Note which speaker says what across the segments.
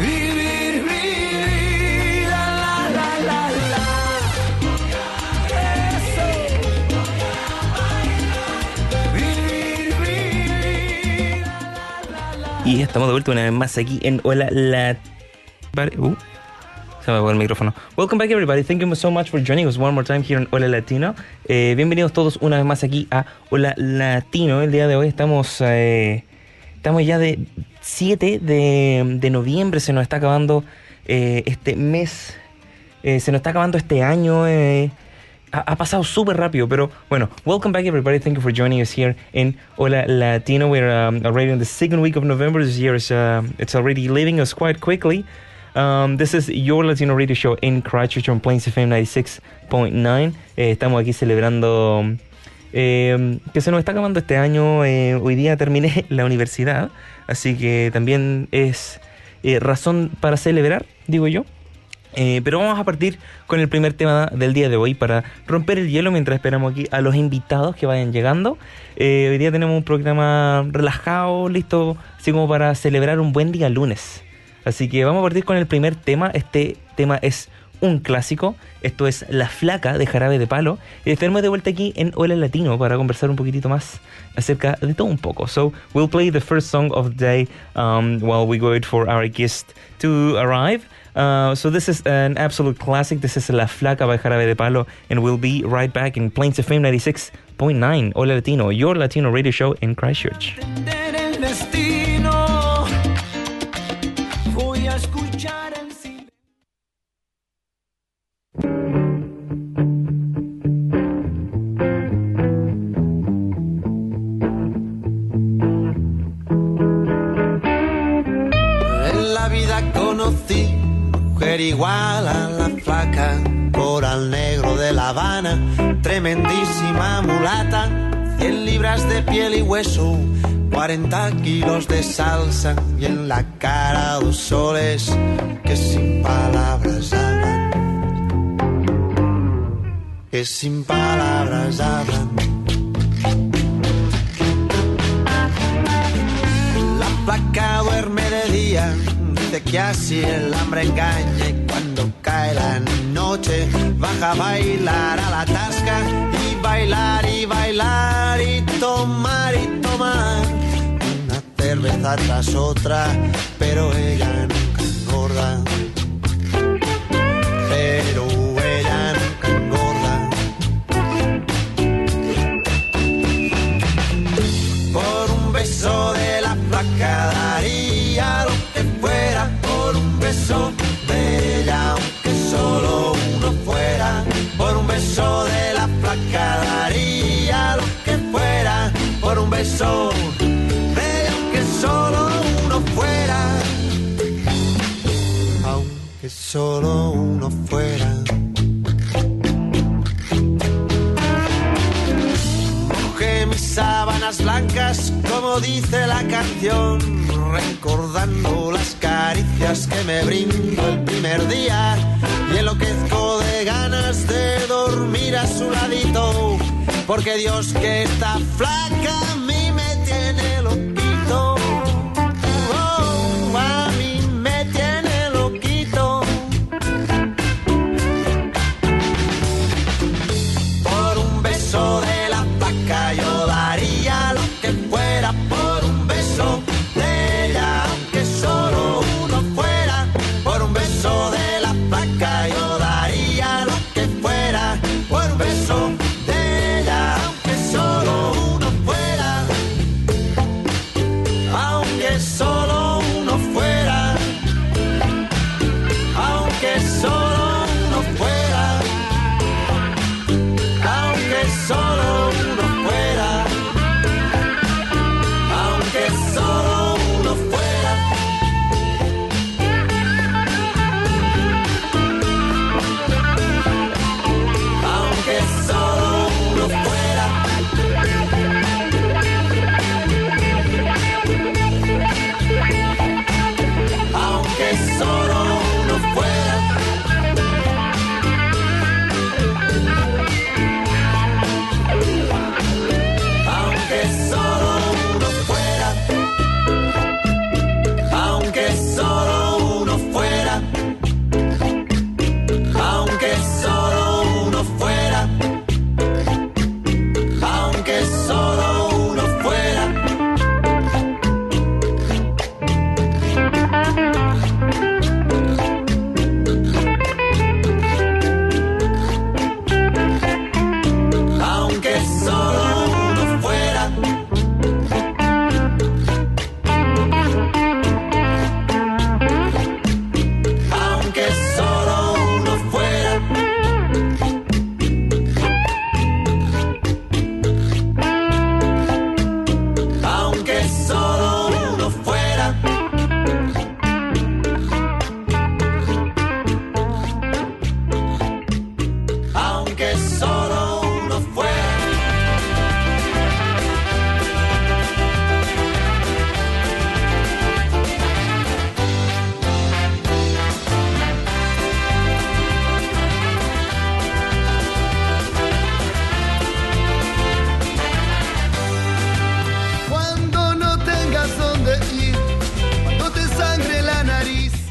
Speaker 1: Vivir mi vida, la la la la. Eso. Vivir mi vida.
Speaker 2: Y estamos de vuelta una vez más aquí en Hola La... Vale, uh, se me apagó el micrófono. Welcome back everybody. Thank you so much for joining us one more time here in Hola Latino. Eh, bienvenidos todos una vez más aquí a Hola Latino. El día de hoy estamos... eh, estamos ya de 7 de, de noviembre. Se nos está acabando eh, este mes. Eh, se nos está acabando este año. eh, ha, ha pasado súper rápido, pero bueno, welcome back everybody. Thank you for joining us here in Hola Latino. We're um, already in the second week of November. This year is uh, it's already leaving us quite quickly. Um, this is your Latino radio show in Christchurch on Plains FM 96.9. Eh, estamos aquí celebrando um, eh, que se nos está acabando este año. Eh, hoy día terminé la universidad, así que también es eh, razón para celebrar, digo yo. Eh, pero vamos a partir con el primer tema del día de hoy para romper el hielo mientras esperamos aquí a los invitados que vayan llegando. Eh, hoy día tenemos un programa relajado, listo, así como para celebrar un buen día lunes. Así que vamos a partir con el primer tema. Este tema es un clásico. Esto es La Flaca de Jarabe de Palo. Y estaremos de vuelta aquí en Hola Latino para conversar un poquitito más acerca de todo un poco. So, we'll play the first song of the day um, while we wait for our guest to arrive. Uh, so this is an absolute classic. This is La Flaca by Jarabe de Palo, and we'll be right back in Plains of Fame 96.9, Hola Latino, your Latino radio show in Christchurch.
Speaker 1: Entender el destino. Voy a escuchar el silencio. En la vida conocí mujer igual a la flaca, coral negro de La Habana, tremendísima mulata, 100 libras de piel y hueso, 40 kilos de salsa y en la cara dos soles que sin palabras hablan, que sin palabras hablan. La placa duerme de día, dice que así el hambre engaña y cuando cae la noche baja a bailar a la tasca y bailar y bailar y tomar y tomar una cerveza tras otra, pero ella nunca engorda. Pero ella nunca engorda. Por un beso de la placa daría lo que fuera. Por un beso de ella, aunque solo uno fuera. Por un beso de la placa daría lo que fuera. Por un beso de ella, aunque solo uno fuera. Aunque solo uno fuera. que mis sábanas blancas, como dice la canción, recordando las caricias que me brindo el primer día y enloquezco de ganas de dormir a su ladito, porque Dios que está flaca a mí me tiene loquito, Oh, a mí me tiene loquito. Por un beso de la placa yo daría lo que fuera por un beso de ella, aunque solo uno fuera. Por un beso de la placa yo daría lo que fuera por un beso de ella, aunque solo uno fuera.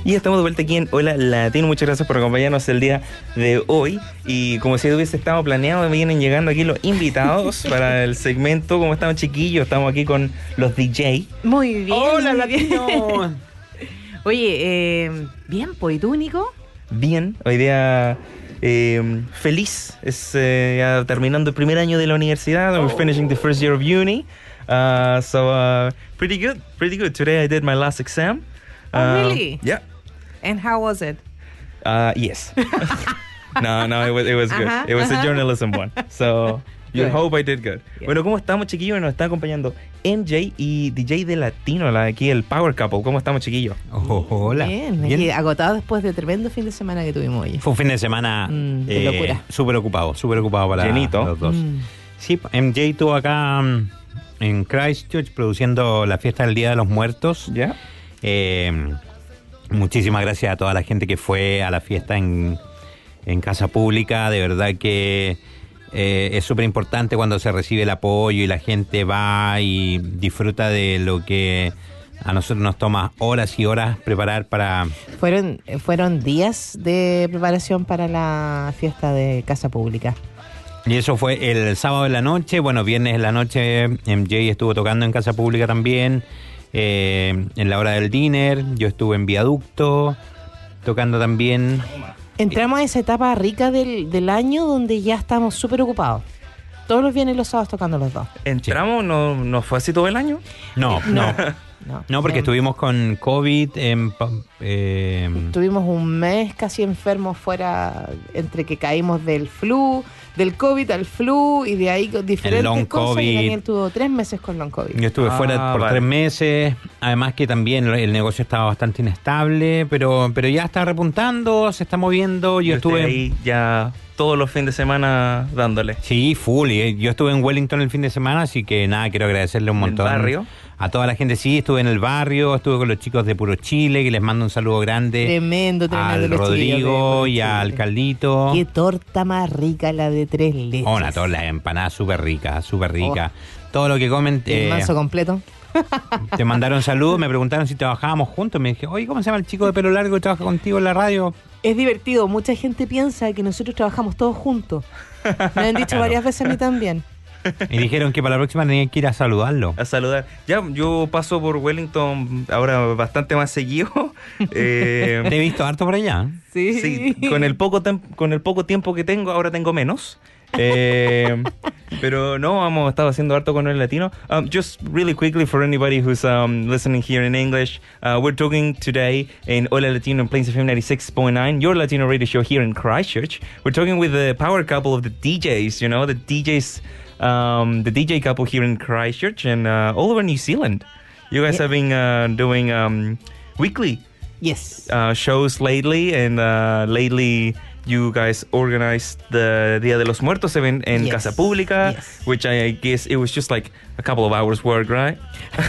Speaker 2: Y estamos de vuelta aquí en Hola Latino. Muchas gracias por acompañarnos el día de hoy. Y como si hubiese estado planeado, vienen llegando aquí los invitados para el segmento. Como estamos chiquillos, estamos aquí con los DJ.
Speaker 3: Muy bien.
Speaker 2: ¡Hola
Speaker 3: muy bien.
Speaker 2: Latino!
Speaker 3: Oye, eh, bien, pues, ¿y tú, Nico?
Speaker 2: Bien, hoy día eh, feliz. Es eh, ya terminando el primer año de la universidad.
Speaker 3: Oh.
Speaker 2: We're finishing the first year of uni. Uh, so, uh, pretty good, pretty good. Today I did my last exam.
Speaker 3: Oh,
Speaker 2: Uh,
Speaker 3: really?
Speaker 2: Yeah.
Speaker 3: And how was it?
Speaker 2: Uh, yes. no, no, it was, it was good.
Speaker 3: Ajá,
Speaker 2: It was a
Speaker 3: ajá.
Speaker 2: journalism one. So you
Speaker 3: Good.
Speaker 2: hope I did good.
Speaker 3: Yeah.
Speaker 2: Bueno, ¿cómo estamos, chiquillos? Nos está acompañando MJ y DJ de Latino, la de aquí, el Power Couple. ¿Cómo estamos, chiquillos?
Speaker 4: Oh, hola.
Speaker 3: Bien,
Speaker 4: Bien.
Speaker 3: aquí agotado después de tremendo fin de semana que tuvimos hoy.
Speaker 4: Fue un fin de semana eh,
Speaker 3: Mm, qué locura. Mm.
Speaker 4: súper ocupado, súper ocupado para
Speaker 2: Llenito.
Speaker 4: los dos. Sí, MJ estuvo acá mm, en Christchurch produciendo la fiesta del Día de los Muertos.
Speaker 2: ¿Ya?
Speaker 4: Eh, muchísimas gracias a toda la gente que fue a la fiesta en, en Casa Pública. De verdad que eh, es súper importante cuando se recibe el apoyo y la gente va y disfruta de lo que a nosotros nos toma horas y horas preparar para...
Speaker 3: Fueron, eh, fueron días de preparación para la fiesta de Casa Pública.
Speaker 4: Y eso fue el sábado de la noche, bueno, viernes de la noche MJ estuvo tocando en Casa Pública también, eh, en la hora del dinner, yo estuve en Viaducto, tocando también...
Speaker 3: Entramos a esa etapa rica del, del año donde ya estamos súper ocupados. Todos los viernes y los sábados tocando los dos.
Speaker 2: ¿Entramos? ¿No, ¿No fue así todo el año?
Speaker 4: No, no,
Speaker 3: No,
Speaker 4: no, porque
Speaker 3: Eh,
Speaker 4: estuvimos con COVID, en pa- eh,
Speaker 3: Tuvimos un mes casi enfermos fuera, entre que caímos del flu, del COVID al flu y de ahí con diferentes
Speaker 4: long
Speaker 3: cosas. Y
Speaker 4: COVID.
Speaker 3: Daniel tuvo tres meses con long COVID.
Speaker 4: yo estuve
Speaker 2: Ah,
Speaker 4: fuera por
Speaker 2: vale.
Speaker 4: tres meses, además que también el negocio estaba bastante inestable, pero, pero ya está repuntando, se está moviendo, yo
Speaker 2: usted
Speaker 4: estuve...
Speaker 2: ahí ya todos los fines de semana dándole.
Speaker 4: Sí, full. y, eh, Yo estuve en Wellington el fin de semana, así que nada, quiero agradecerle un
Speaker 2: ¿En el
Speaker 4: montón.
Speaker 2: barrio?
Speaker 4: A toda la gente, sí, estuve en el barrio, estuve con los chicos de Puro Chile, que les mando un saludo grande.
Speaker 3: Tremendo, tremendo.
Speaker 4: al
Speaker 3: los chiquillos de
Speaker 4: Rodrigo
Speaker 3: Puro
Speaker 4: y
Speaker 3: Chile.
Speaker 4: al Caldito.
Speaker 3: Qué torta más rica la de tres leches.
Speaker 4: Hola, todas las empanadas súper ricas, súper
Speaker 3: Oh.
Speaker 4: ricas. Todo lo que comen,
Speaker 3: El
Speaker 4: eh,
Speaker 3: manso completo.
Speaker 4: te mandaron saludos, me preguntaron si trabajábamos juntos. Me dije, oye, ¿cómo se llama el chico de pelo largo que trabaja contigo en la radio?
Speaker 3: Es divertido. Mucha gente piensa que nosotros trabajamos todos juntos. Me han dicho varias veces a mí también.
Speaker 4: Y dijeron que para la próxima tenía que ir a saludarlo.
Speaker 2: a saludar. Ya, yo paso por Wellington ahora bastante más seguido. Eh,
Speaker 4: Te he visto harto por allá.
Speaker 3: Sí.
Speaker 2: sí, con el poco tem- con el poco tiempo que tengo, ahora tengo menos. Eh, pero no, hemos estado haciendo harto con el latino. Um, just really quickly for anybody who's um, listening here in English, uh, we're talking today in Hola Latino in Plains FM 96.9, your Latino radio show here in Christchurch. We're talking with the power couple of the DJs, you know, the DJs, um, the DJ couple here in Christchurch and uh, all over New Zealand. You guys
Speaker 3: Yeah.
Speaker 2: have been uh, doing um, weekly
Speaker 3: Yes.
Speaker 2: uh, shows lately, and uh, lately you guys organized the Dia de los Muertos event in
Speaker 3: Yes.
Speaker 2: Casa Pública,
Speaker 3: Yes.
Speaker 2: which I guess it was just like a couple of hours work, right?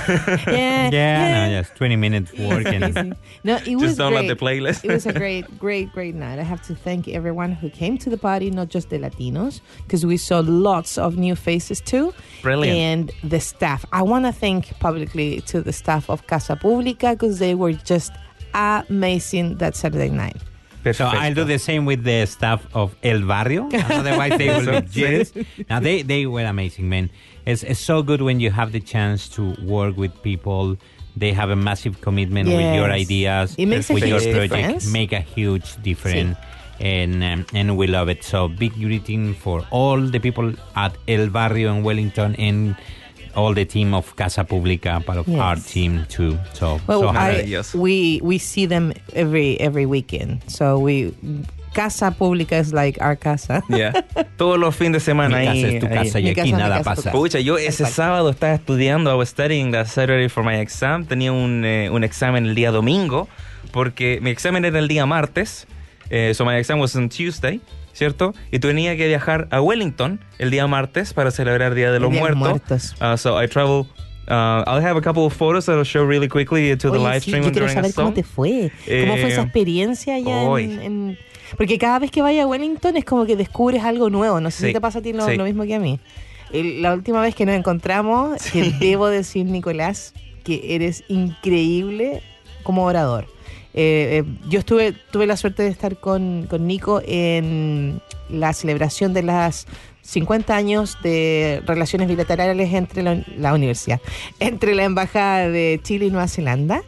Speaker 3: Yeah,
Speaker 4: Yeah,
Speaker 3: yeah.
Speaker 4: no, just 20 minutes working.
Speaker 3: No, it was
Speaker 2: just download
Speaker 3: great.
Speaker 2: the playlist.
Speaker 3: it was a great, great, great night. I have to thank everyone who came to the party, not just the Latinos, because we saw lots of new faces too.
Speaker 2: Brilliant.
Speaker 3: And the staff. I want to thank publicly to the staff of Casa Pública because they were just amazing that Saturday night.
Speaker 4: So I'll
Speaker 2: Perfecto.
Speaker 4: do the same with the staff of El Barrio. Otherwise, they will be jealous. Now they, they were amazing, man. It's, it's so good when you have the chance to work with people. They have a massive commitment with your
Speaker 3: Yes.
Speaker 4: ideas.
Speaker 3: It makes a
Speaker 4: with your
Speaker 3: huge
Speaker 4: project.
Speaker 3: difference.
Speaker 4: Make a huge difference. And, um, and we love it. So big greeting for all the people at El Barrio in Wellington and all the team of Casa Pública, part of
Speaker 3: Yes.
Speaker 4: our team too. So,
Speaker 3: Well,
Speaker 4: so
Speaker 3: I-
Speaker 4: happy.
Speaker 2: Maravilloso.
Speaker 3: we we see them every every weekend. So we Casa Pública is like our casa.
Speaker 2: Yeah. Todos los fines de semana
Speaker 4: Mi casa
Speaker 2: ahí.
Speaker 4: es tu
Speaker 2: ahí.
Speaker 4: casa y
Speaker 3: Mi
Speaker 4: aquí
Speaker 3: casa, mi
Speaker 4: nada
Speaker 3: casa, tu
Speaker 4: pasa.
Speaker 3: casa.
Speaker 2: Pucha, yo ese
Speaker 3: Tal cual.
Speaker 2: sábado estaba estudiando, I was studying that Saturday for my exam. Tenía un, eh, un examen el día domingo, porque mi examen era el día martes, eh, so my exam was on Tuesday, ¿cierto? Y tenía que viajar a Wellington el día martes para celebrar Día de los
Speaker 3: Día de los
Speaker 2: Muertos.
Speaker 3: Muertos.
Speaker 2: Uh, so I travel. Uh, I'll have a couple of photos that I'll show really quickly to the
Speaker 3: Oye,
Speaker 2: live
Speaker 3: sí,
Speaker 2: stream
Speaker 3: yo quiero
Speaker 2: during
Speaker 3: saber
Speaker 2: a
Speaker 3: cómo
Speaker 2: song.
Speaker 3: te fue. ¿Cómo fue esa
Speaker 2: Eh,
Speaker 3: experiencia allá
Speaker 2: hoy.
Speaker 3: en, en- Porque cada vez que vaya a Wellington es como que descubres algo nuevo. No sé
Speaker 2: Sí,
Speaker 3: si te pasa a ti lo,
Speaker 2: sí.
Speaker 3: lo mismo que a mí. El- la última vez que nos encontramos, que debo decir, Nicolás, que eres increíble como orador. eh, eh, yo estuve, tuve la suerte de estar con, con Nico en la celebración de las 50 años de relaciones bilaterales entre la, la universidad, entre la Embajada de Chile y Nueva Zelanda.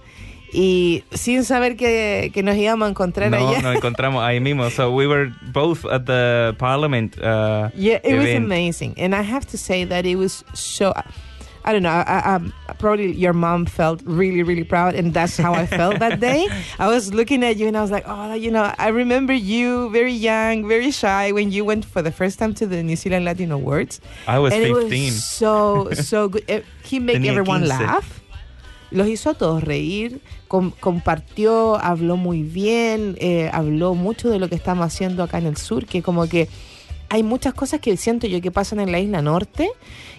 Speaker 3: Y sin saber que, que nos íbamos a encontrar
Speaker 2: no,
Speaker 3: allá.
Speaker 2: nos encontramos ahí mismo. So we were both at the parliament. Uh,
Speaker 3: Yeah, it was
Speaker 2: event.
Speaker 3: amazing, and I have to say that it was so. I don't know. I, I, um, probably your mom felt really, really proud, and that's how I felt that day. I was looking at you, and I was like, "Oh, you know, I remember you, very young, very shy, when you went for the first time to the New Zealand Latin Awards."
Speaker 2: I was
Speaker 3: and
Speaker 2: 15.
Speaker 3: It was so so good. Eh, He made
Speaker 2: Tenía 15.
Speaker 3: everyone laugh. Los hizo a todos reír, com- compartió, habló muy bien, eh, habló mucho de lo que estamos haciendo acá en el sur, que como que hay muchas cosas que siento yo que pasan en la isla norte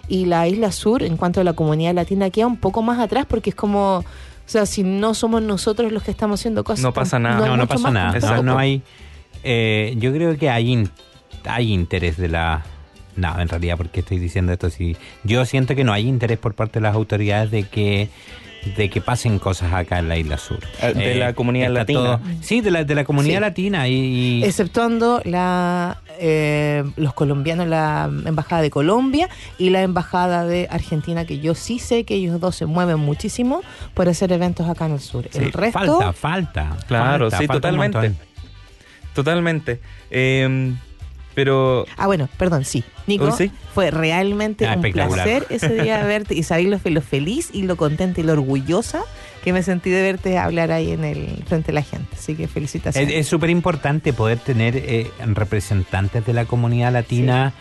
Speaker 3: y la isla sur, en cuanto a la comunidad latina, queda un poco más atrás porque es como, o sea, si no somos nosotros los que estamos haciendo cosas.
Speaker 2: No pasa
Speaker 3: tam-
Speaker 2: nada.
Speaker 4: No,
Speaker 3: hay
Speaker 4: no,
Speaker 3: mucho
Speaker 4: pasa
Speaker 3: más
Speaker 4: nada.
Speaker 2: Exacto.
Speaker 4: No, no hay. eh, yo creo que hay, in- hay interés de la. No, en realidad, porque estoy diciendo esto? Si, yo siento que no hay interés por parte de las autoridades de que de que pasen cosas acá en la isla sur.
Speaker 2: Eh, de la comunidad
Speaker 4: está
Speaker 2: latina.
Speaker 4: sí, de la, de la comunidad
Speaker 3: Mm. Sí.
Speaker 4: latina. Y, y-
Speaker 3: exceptuando la, eh, los colombianos, la embajada de Colombia y la embajada de Argentina, que yo sí sé que ellos dos se mueven muchísimo por hacer eventos acá en el sur.
Speaker 4: sí,
Speaker 3: el resto,
Speaker 4: Falta, falta.
Speaker 2: Claro,
Speaker 4: falta,
Speaker 2: sí,
Speaker 4: falta un
Speaker 2: totalmente.
Speaker 4: montón.
Speaker 2: Totalmente. Eh, pero
Speaker 3: ah bueno, perdón, sí, Nico,
Speaker 2: Uy, sí.
Speaker 3: fue realmente
Speaker 4: Ah,
Speaker 3: un
Speaker 4: espectacular.
Speaker 3: placer ese día verte y saber lo, fe- lo feliz y lo contenta y lo orgullosa que me sentí de verte hablar ahí en el frente a la gente, así que felicitaciones.
Speaker 4: Es- Es súper importante poder tener eh, representantes de la comunidad latina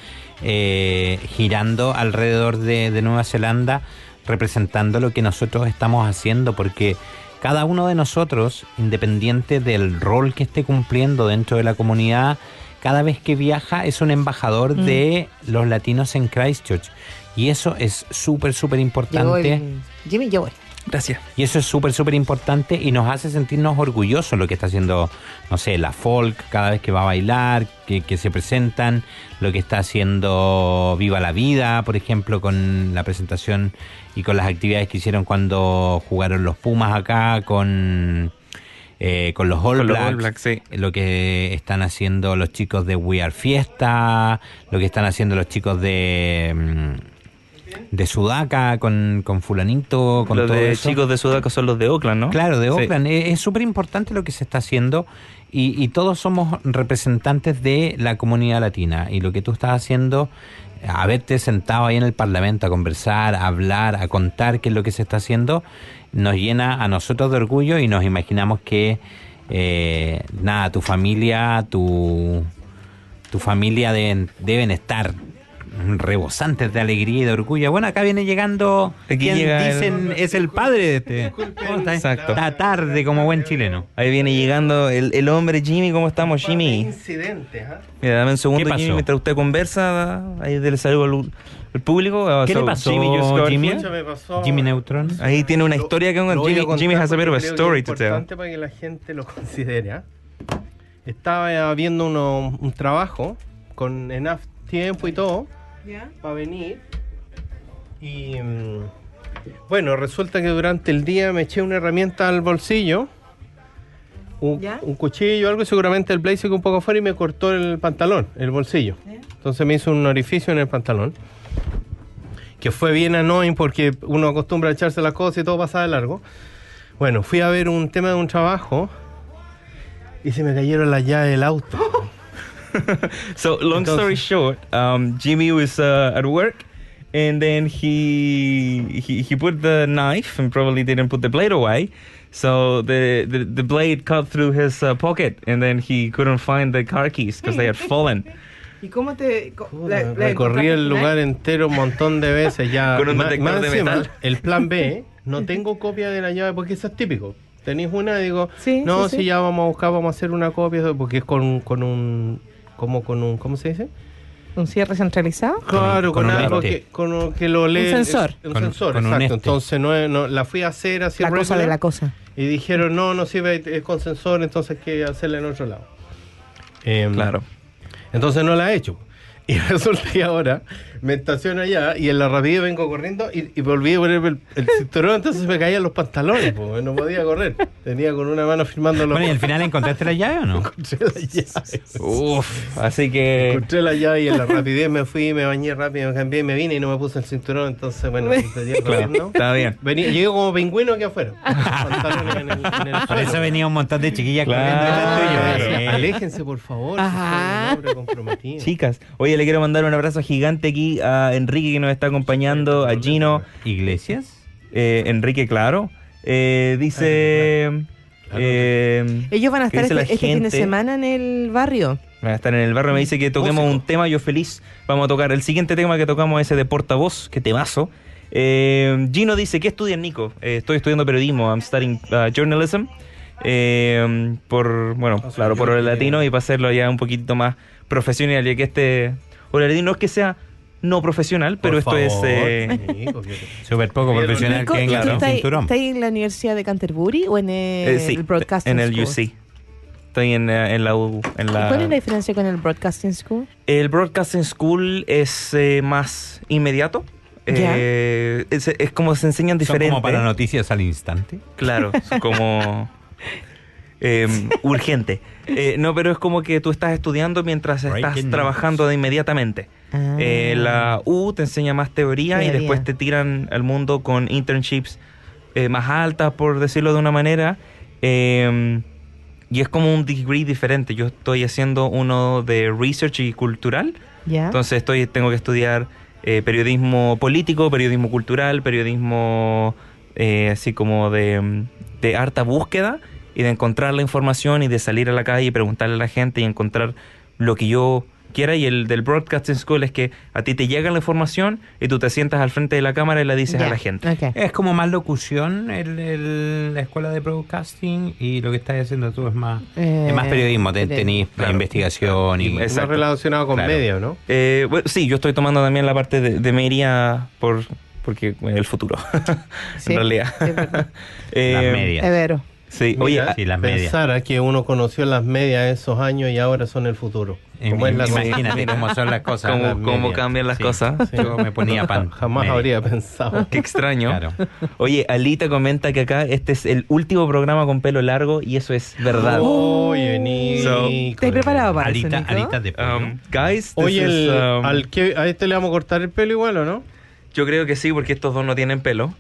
Speaker 4: eh, girando alrededor de, de Nueva Zelanda, representando lo que nosotros estamos haciendo, porque cada uno de nosotros, independiente del rol que esté cumpliendo dentro de la comunidad, cada vez que viaja es un embajador de los latinos en Christchurch. Y eso es súper, súper
Speaker 3: Llegó
Speaker 4: importante.
Speaker 3: el- Jimmy, yo voy.
Speaker 2: gracias.
Speaker 4: Y eso es súper, súper importante y nos hace sentirnos orgullosos lo que está haciendo, no sé, la folk cada vez que va a bailar, que, que se presentan, lo que está haciendo Viva la Vida, por ejemplo, con la presentación y con las actividades que hicieron cuando jugaron los Pumas acá, con, eh, con los All
Speaker 2: Con los
Speaker 4: Blacks
Speaker 2: All Blacks, sí.
Speaker 4: lo que están haciendo los chicos de We Are Fiesta, lo que están haciendo los chicos de mm, de Sudaca con, con fulanito, con
Speaker 2: Los
Speaker 4: todo
Speaker 2: de
Speaker 4: eso.
Speaker 2: chicos de Sudaca son los de Oakland, ¿no?
Speaker 4: Claro, de
Speaker 2: Sí.
Speaker 4: Oakland. E-, Es- Es súper importante lo que se está haciendo y, y todos somos representantes de la comunidad latina. Y lo que tú estás haciendo, haberte sentado ahí en el Parlamento a conversar, a hablar, a contar qué es lo que se está haciendo, nos llena a nosotros de orgullo y nos imaginamos que, eh, nada, tu familia, tu, tu familia deben, deben estar rebosantes de alegría y de orgullo. Bueno, acá viene llegando
Speaker 2: Aquí
Speaker 4: quien
Speaker 2: llega el-
Speaker 4: dicen es el padre de este. ¿Cómo está?
Speaker 2: Exacto.
Speaker 4: Está tarde como buen chileno.
Speaker 2: Ahí viene llegando el, el hombre Jimmy. ¿Cómo estamos, Jimmy?
Speaker 5: incidente, ¿ah?
Speaker 2: Mira, dame un segundo,
Speaker 4: ¿Qué pasó?
Speaker 2: Jimmy, mientras usted conversa. Ahí le saludo al, al público. Uh,
Speaker 4: ¿Qué le
Speaker 2: so,
Speaker 4: pasó,
Speaker 2: just got
Speaker 4: Jimmy?
Speaker 2: here.
Speaker 5: Pucha, me pasó.
Speaker 4: Jimmy Neutron.
Speaker 2: Ahí tiene una
Speaker 5: Lo-
Speaker 2: historia que
Speaker 5: lo voy
Speaker 2: Jimmy,
Speaker 5: contar
Speaker 2: Jimmy has a bit of a
Speaker 5: porque creo que
Speaker 2: story
Speaker 5: es
Speaker 2: to tell.
Speaker 5: importante para que la gente lo considere. ¿ah? Estaba viendo uno- un trabajo con enough tiempo y todo para venir. Y mm, bueno, resulta que durante el día me eché una herramienta al bolsillo. Un,
Speaker 3: ¿Ya?
Speaker 5: un cuchillo, algo, y seguramente el blazer un poco fuera y me cortó el pantalón, el bolsillo. Entonces me hizo un orificio en el pantalón. Que fue bien annoying porque uno acostumbra a echarse las cosas y todo pasa de largo. Bueno, fui a ver un tema de un trabajo y se me cayeron las llaves del auto.
Speaker 2: So, long story short, um, Jimmy was uh, at work, and then he, he he put the knife and probably didn't put the blade away, so the the, the blade cut through his uh, pocket, and then he couldn't find the car keys because they had fallen.
Speaker 3: ¿Y cómo te.?
Speaker 5: Recorrí el lugar entero un montón de veces ya.
Speaker 2: Con un
Speaker 5: Ma-
Speaker 2: detector
Speaker 5: más
Speaker 2: de
Speaker 5: encima,
Speaker 2: metal.
Speaker 5: El plan B, no tengo copia de la llave porque eso es típico. Tenéis una, digo,
Speaker 3: Sí,
Speaker 5: no,
Speaker 3: sí,
Speaker 5: si
Speaker 3: sí.
Speaker 5: ya vamos a buscar, vamos a hacer una copia, porque es con, con un, como con un, ¿cómo se dice?
Speaker 3: ¿Un cierre centralizado?
Speaker 5: Claro,
Speaker 4: con
Speaker 5: con,
Speaker 4: un
Speaker 5: algo
Speaker 4: lente.
Speaker 5: que, con lo que lo lee.
Speaker 3: sensor.
Speaker 5: Un
Speaker 4: Con-
Speaker 5: sensor,
Speaker 4: con un
Speaker 5: exacto.
Speaker 4: este.
Speaker 5: Entonces no, es- no- la fui a hacer así
Speaker 3: la cosa
Speaker 5: regular,
Speaker 3: de la cosa.
Speaker 5: y dijeron, no, no sirve, es con sensor, entonces hay que hacerla en otro lado. Em,
Speaker 2: Claro.
Speaker 5: Entonces no la he hecho. Y resulta que ahora me estaciono allá y en la rapidez vengo corriendo y, y me olvidé ponerme el, el cinturón, entonces me caían los pantalones, po, no podía correr. Tenía con una mano firmando los...
Speaker 4: Bueno, ¿y al final encontraste la llave o no?
Speaker 5: Encontré la llave.
Speaker 2: Uf, así que.
Speaker 5: Encontré la llave y en la rapidez me fui, me bañé rápido, me cambié, me vine y no me puse el cinturón, entonces bueno, tenía que
Speaker 4: Claro,
Speaker 5: correr, ¿no?
Speaker 4: está bien.
Speaker 5: Vení- llegué como pingüino aquí afuera. con los pantalones en el- en el
Speaker 4: Por eso
Speaker 5: suelo.
Speaker 4: venía un montón de chiquillas
Speaker 5: Claro,
Speaker 4: corriendo. detrás tuyo. ¿eh? Bien.
Speaker 5: Aléjense, por favor. si
Speaker 3: Ajá.
Speaker 5: soy un hombre comprometido.
Speaker 2: Chicas, oye, le quiero mandar un abrazo gigante aquí a Enrique que nos está acompañando, a Gino,
Speaker 4: ¿Iglesias?
Speaker 2: eh, Enrique, claro. Eh, dice. eh,
Speaker 3: Ellos van a
Speaker 2: ¿qué
Speaker 3: estar
Speaker 2: dice la
Speaker 3: este, este fin de
Speaker 2: gente?
Speaker 3: semana en el barrio.
Speaker 2: Van a estar en el barrio,
Speaker 5: Mm.
Speaker 2: me dice que toquemos un tema, yo feliz. Vamos a tocar el siguiente tema que tocamos ese de portavoz, que temazo. Eh, Gino dice, ¿qué estudias, Nico? Eh, estoy estudiando periodismo, I'm studying uh, journalism. Eh, por, bueno,
Speaker 5: sea,
Speaker 2: claro,
Speaker 5: Ah, yo
Speaker 2: por
Speaker 5: creo
Speaker 2: el
Speaker 5: que-
Speaker 2: latino y para hacerlo ya un poquitito más profesional, ya que este Hola Latino no es que sea no profesional, pero esto
Speaker 4: Por
Speaker 2: es...
Speaker 4: favor.
Speaker 2: eh,
Speaker 5: Amigo, fíjate.
Speaker 4: Súper poco
Speaker 5: Oye,
Speaker 4: profesional
Speaker 5: Nico,
Speaker 4: que
Speaker 3: ¿y
Speaker 4: venga
Speaker 3: tú
Speaker 4: con
Speaker 3: estás-
Speaker 4: cinturón.
Speaker 3: estás en la Universidad de Canterbury o en el,
Speaker 2: eh, sí,
Speaker 3: Broadcasting
Speaker 2: en el
Speaker 3: School?
Speaker 2: UC. Estoy en, eh, en la U. En
Speaker 3: ¿Y
Speaker 2: la,
Speaker 3: cuál es la diferencia con el Broadcasting School?
Speaker 2: El Broadcasting School es eh, más inmediato.
Speaker 3: Ya.
Speaker 2: Eh, es, es como se enseñan
Speaker 4: Son
Speaker 2: diferente.
Speaker 4: como para noticias al instante.
Speaker 2: Claro, son como eh, urgente. Eh, no, pero es como que tú estás estudiando mientras estás
Speaker 4: Breaking news.
Speaker 2: trabajando de inmediatamente. Eh, la U te enseña más teoría, y
Speaker 3: Ah. Teoría.
Speaker 2: después te tiran al mundo con internships eh, más altas, por decirlo de una manera. Eh, y es como un degree diferente. Yo estoy haciendo uno de research y cultural.
Speaker 3: ¿Ya?
Speaker 2: Entonces estoy, tengo que estudiar eh, periodismo político, periodismo cultural, periodismo eh, así como de, mm, de harta búsqueda y de encontrar la información y de salir a la calle y preguntarle a la gente y encontrar lo que yo quiera. Y el del Broadcasting School es que a ti te llega la información y tú te sientas al frente de la cámara y la dices
Speaker 3: Ya,
Speaker 2: a la gente. Eh,
Speaker 3: ok.
Speaker 4: Es como más locución el, el- la escuela de broadcasting y lo que estás haciendo tú es más,
Speaker 3: Eh,
Speaker 4: es más periodismo. Te,
Speaker 3: pere-
Speaker 4: tenés
Speaker 2: Claro.
Speaker 4: investigación y...
Speaker 2: Es-
Speaker 5: Está
Speaker 2: Exacto.
Speaker 5: relacionado con
Speaker 4: Claro.
Speaker 5: media, ¿no?
Speaker 2: Eh, bueno, sí, yo estoy tomando también la parte de, de media por, porque bueno, el futuro,
Speaker 3: Sí,
Speaker 2: en realidad.
Speaker 3: es verdad.
Speaker 4: Las
Speaker 2: Eh,
Speaker 4: medias.
Speaker 3: Evero.
Speaker 2: Sí,
Speaker 5: Mira,
Speaker 2: oye,
Speaker 4: sí, las medias.
Speaker 5: pensar a que uno conoció las medias esos años y ahora son el futuro. Como es la cosa.
Speaker 4: Imagínate
Speaker 2: mira.
Speaker 4: cómo son las cosas.
Speaker 2: Cómo-
Speaker 4: las
Speaker 2: cómo
Speaker 4: medias.
Speaker 2: cambian las
Speaker 4: Sí,
Speaker 2: cosas.
Speaker 4: sí, Yo me ponía pan.
Speaker 5: Jamás
Speaker 4: media.
Speaker 5: habría pensado.
Speaker 2: Qué extraño.
Speaker 4: Claro.
Speaker 2: Oye, Alita comenta que acá este es el último programa con pelo largo y eso es verdad.
Speaker 5: Oh. Oye,
Speaker 2: So-
Speaker 5: Nico.
Speaker 3: ¿Estás preparado para eso,
Speaker 4: Alita,
Speaker 3: Nico?
Speaker 4: alita de pollo.
Speaker 2: Um, guys, this
Speaker 5: Oye,
Speaker 2: is,
Speaker 5: el-
Speaker 2: um,
Speaker 5: al que, a este le vamos a cortar el pelo igual, ¿o no?
Speaker 2: yo creo que sí, porque estos dos no tienen pelo.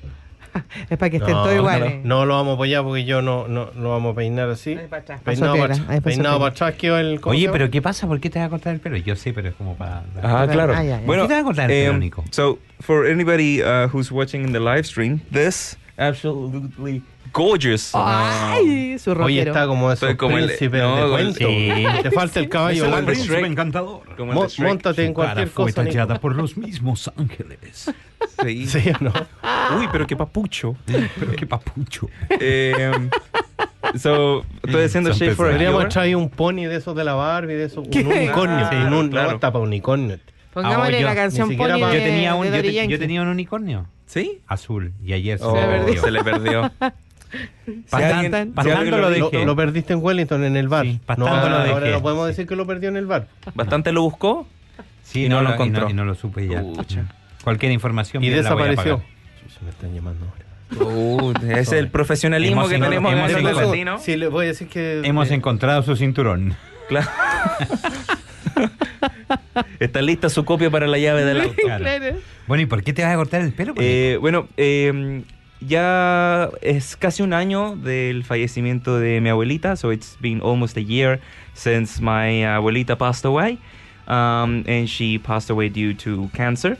Speaker 3: Es para que estén todos iguales.
Speaker 5: No lo vamos a apoyar porque yo no, no lo vamos a peinar así.
Speaker 3: Ahí para atrás.
Speaker 5: Peinado
Speaker 3: Pasó
Speaker 5: para
Speaker 3: piola, ahí
Speaker 5: atrás.
Speaker 3: pasó
Speaker 5: Peinado
Speaker 3: piola.
Speaker 5: para atrás que va el ¿cómo
Speaker 4: Oye,
Speaker 5: se
Speaker 4: pero
Speaker 5: llama?
Speaker 4: ¿qué pasa? ¿Por qué te vas a cortar el pelo? Yo sé, pero es como para...
Speaker 2: Ah, claro.
Speaker 3: Ah, ya, ya.
Speaker 2: Bueno,
Speaker 4: ¿Qué te va a cortar el pelo,
Speaker 2: em,
Speaker 4: Nico?
Speaker 2: So, for anybody uh, who's watching in the live stream, this absolutely gorgeous.
Speaker 3: Ah. Ay, su
Speaker 5: Oye,
Speaker 3: ropero.
Speaker 5: está como esos
Speaker 2: Soy como el-
Speaker 5: príncipes
Speaker 2: no,
Speaker 5: de
Speaker 2: como el-
Speaker 5: cuento.
Speaker 4: Sí.
Speaker 5: Te falta el caballo
Speaker 4: Ese
Speaker 5: blanco.
Speaker 4: hombre
Speaker 2: Shrek.
Speaker 4: encantador.
Speaker 2: uh, Como el de
Speaker 5: Mo-
Speaker 2: Shrek.
Speaker 5: Móntate en cualquier cosa. Nico.
Speaker 4: por los mismos ángeles.
Speaker 2: Sí.
Speaker 5: Sí, ¿o ¿no?
Speaker 2: Uy, pero qué papucho.
Speaker 4: Pero qué papucho.
Speaker 2: Em, so, estoy haciendo
Speaker 4: Son
Speaker 2: shape for a
Speaker 5: Podríamos
Speaker 2: Viewer.
Speaker 5: traer un pony de esos de la Barbie, de esos,
Speaker 3: ¿Qué?
Speaker 5: un unicornio,
Speaker 2: Ah,
Speaker 5: un, un-
Speaker 2: claro.
Speaker 5: no, tapa unicornio.
Speaker 3: Pongámosle
Speaker 4: Ah, yo-
Speaker 3: la canción
Speaker 5: ni
Speaker 3: Pony
Speaker 5: siquiera
Speaker 3: de,
Speaker 5: pa-
Speaker 4: Yo tenía, un,
Speaker 3: de
Speaker 4: yo,
Speaker 3: Daddy
Speaker 4: te- yo
Speaker 3: Yankee.
Speaker 4: tenía un unicornio
Speaker 2: ¿Sí?
Speaker 4: azul y ayer se
Speaker 2: Oh,
Speaker 4: me perdió.
Speaker 2: se le perdió.
Speaker 4: Pastan-
Speaker 2: alguien-
Speaker 4: pastando
Speaker 2: si alguien
Speaker 4: lo
Speaker 5: Lo,
Speaker 4: dejé.
Speaker 5: lo perdiste en Wellington en el bar.
Speaker 4: Sí,
Speaker 5: no,
Speaker 4: pastándolo
Speaker 5: ahora,
Speaker 4: dejé.
Speaker 5: ahora no podemos decir que lo perdió en el bar.
Speaker 2: Bastante lo buscó.
Speaker 4: Sí,
Speaker 2: Y no
Speaker 4: no,
Speaker 2: lo
Speaker 4: lo encontró. Y no,
Speaker 2: encontró.
Speaker 4: lo supe ya.
Speaker 2: Pucha.
Speaker 4: Cualquier información
Speaker 5: Y
Speaker 4: bien la voy a
Speaker 5: desapareció.
Speaker 4: apagar.
Speaker 5: Se me están llamando ahora.
Speaker 2: ese es el profesionalismo
Speaker 4: Hemos
Speaker 2: que
Speaker 4: en-
Speaker 2: tenemos en
Speaker 4: hemos
Speaker 2: el
Speaker 4: en-
Speaker 2: latino.
Speaker 5: Sí, les voy a decir que...
Speaker 4: Hemos
Speaker 5: eh,
Speaker 4: encontrado su cinturón.
Speaker 2: Claro. Está lista su copia para la llave del auto.
Speaker 4: Claro. Bueno, ¿y por qué te vas a cortar el pelo? Porque-
Speaker 2: Eh, bueno, eh, ya es casi un año del fallecimiento de mi abuelita, so it's been almost a year since my abuelita passed away, um, and she passed away due to cancer.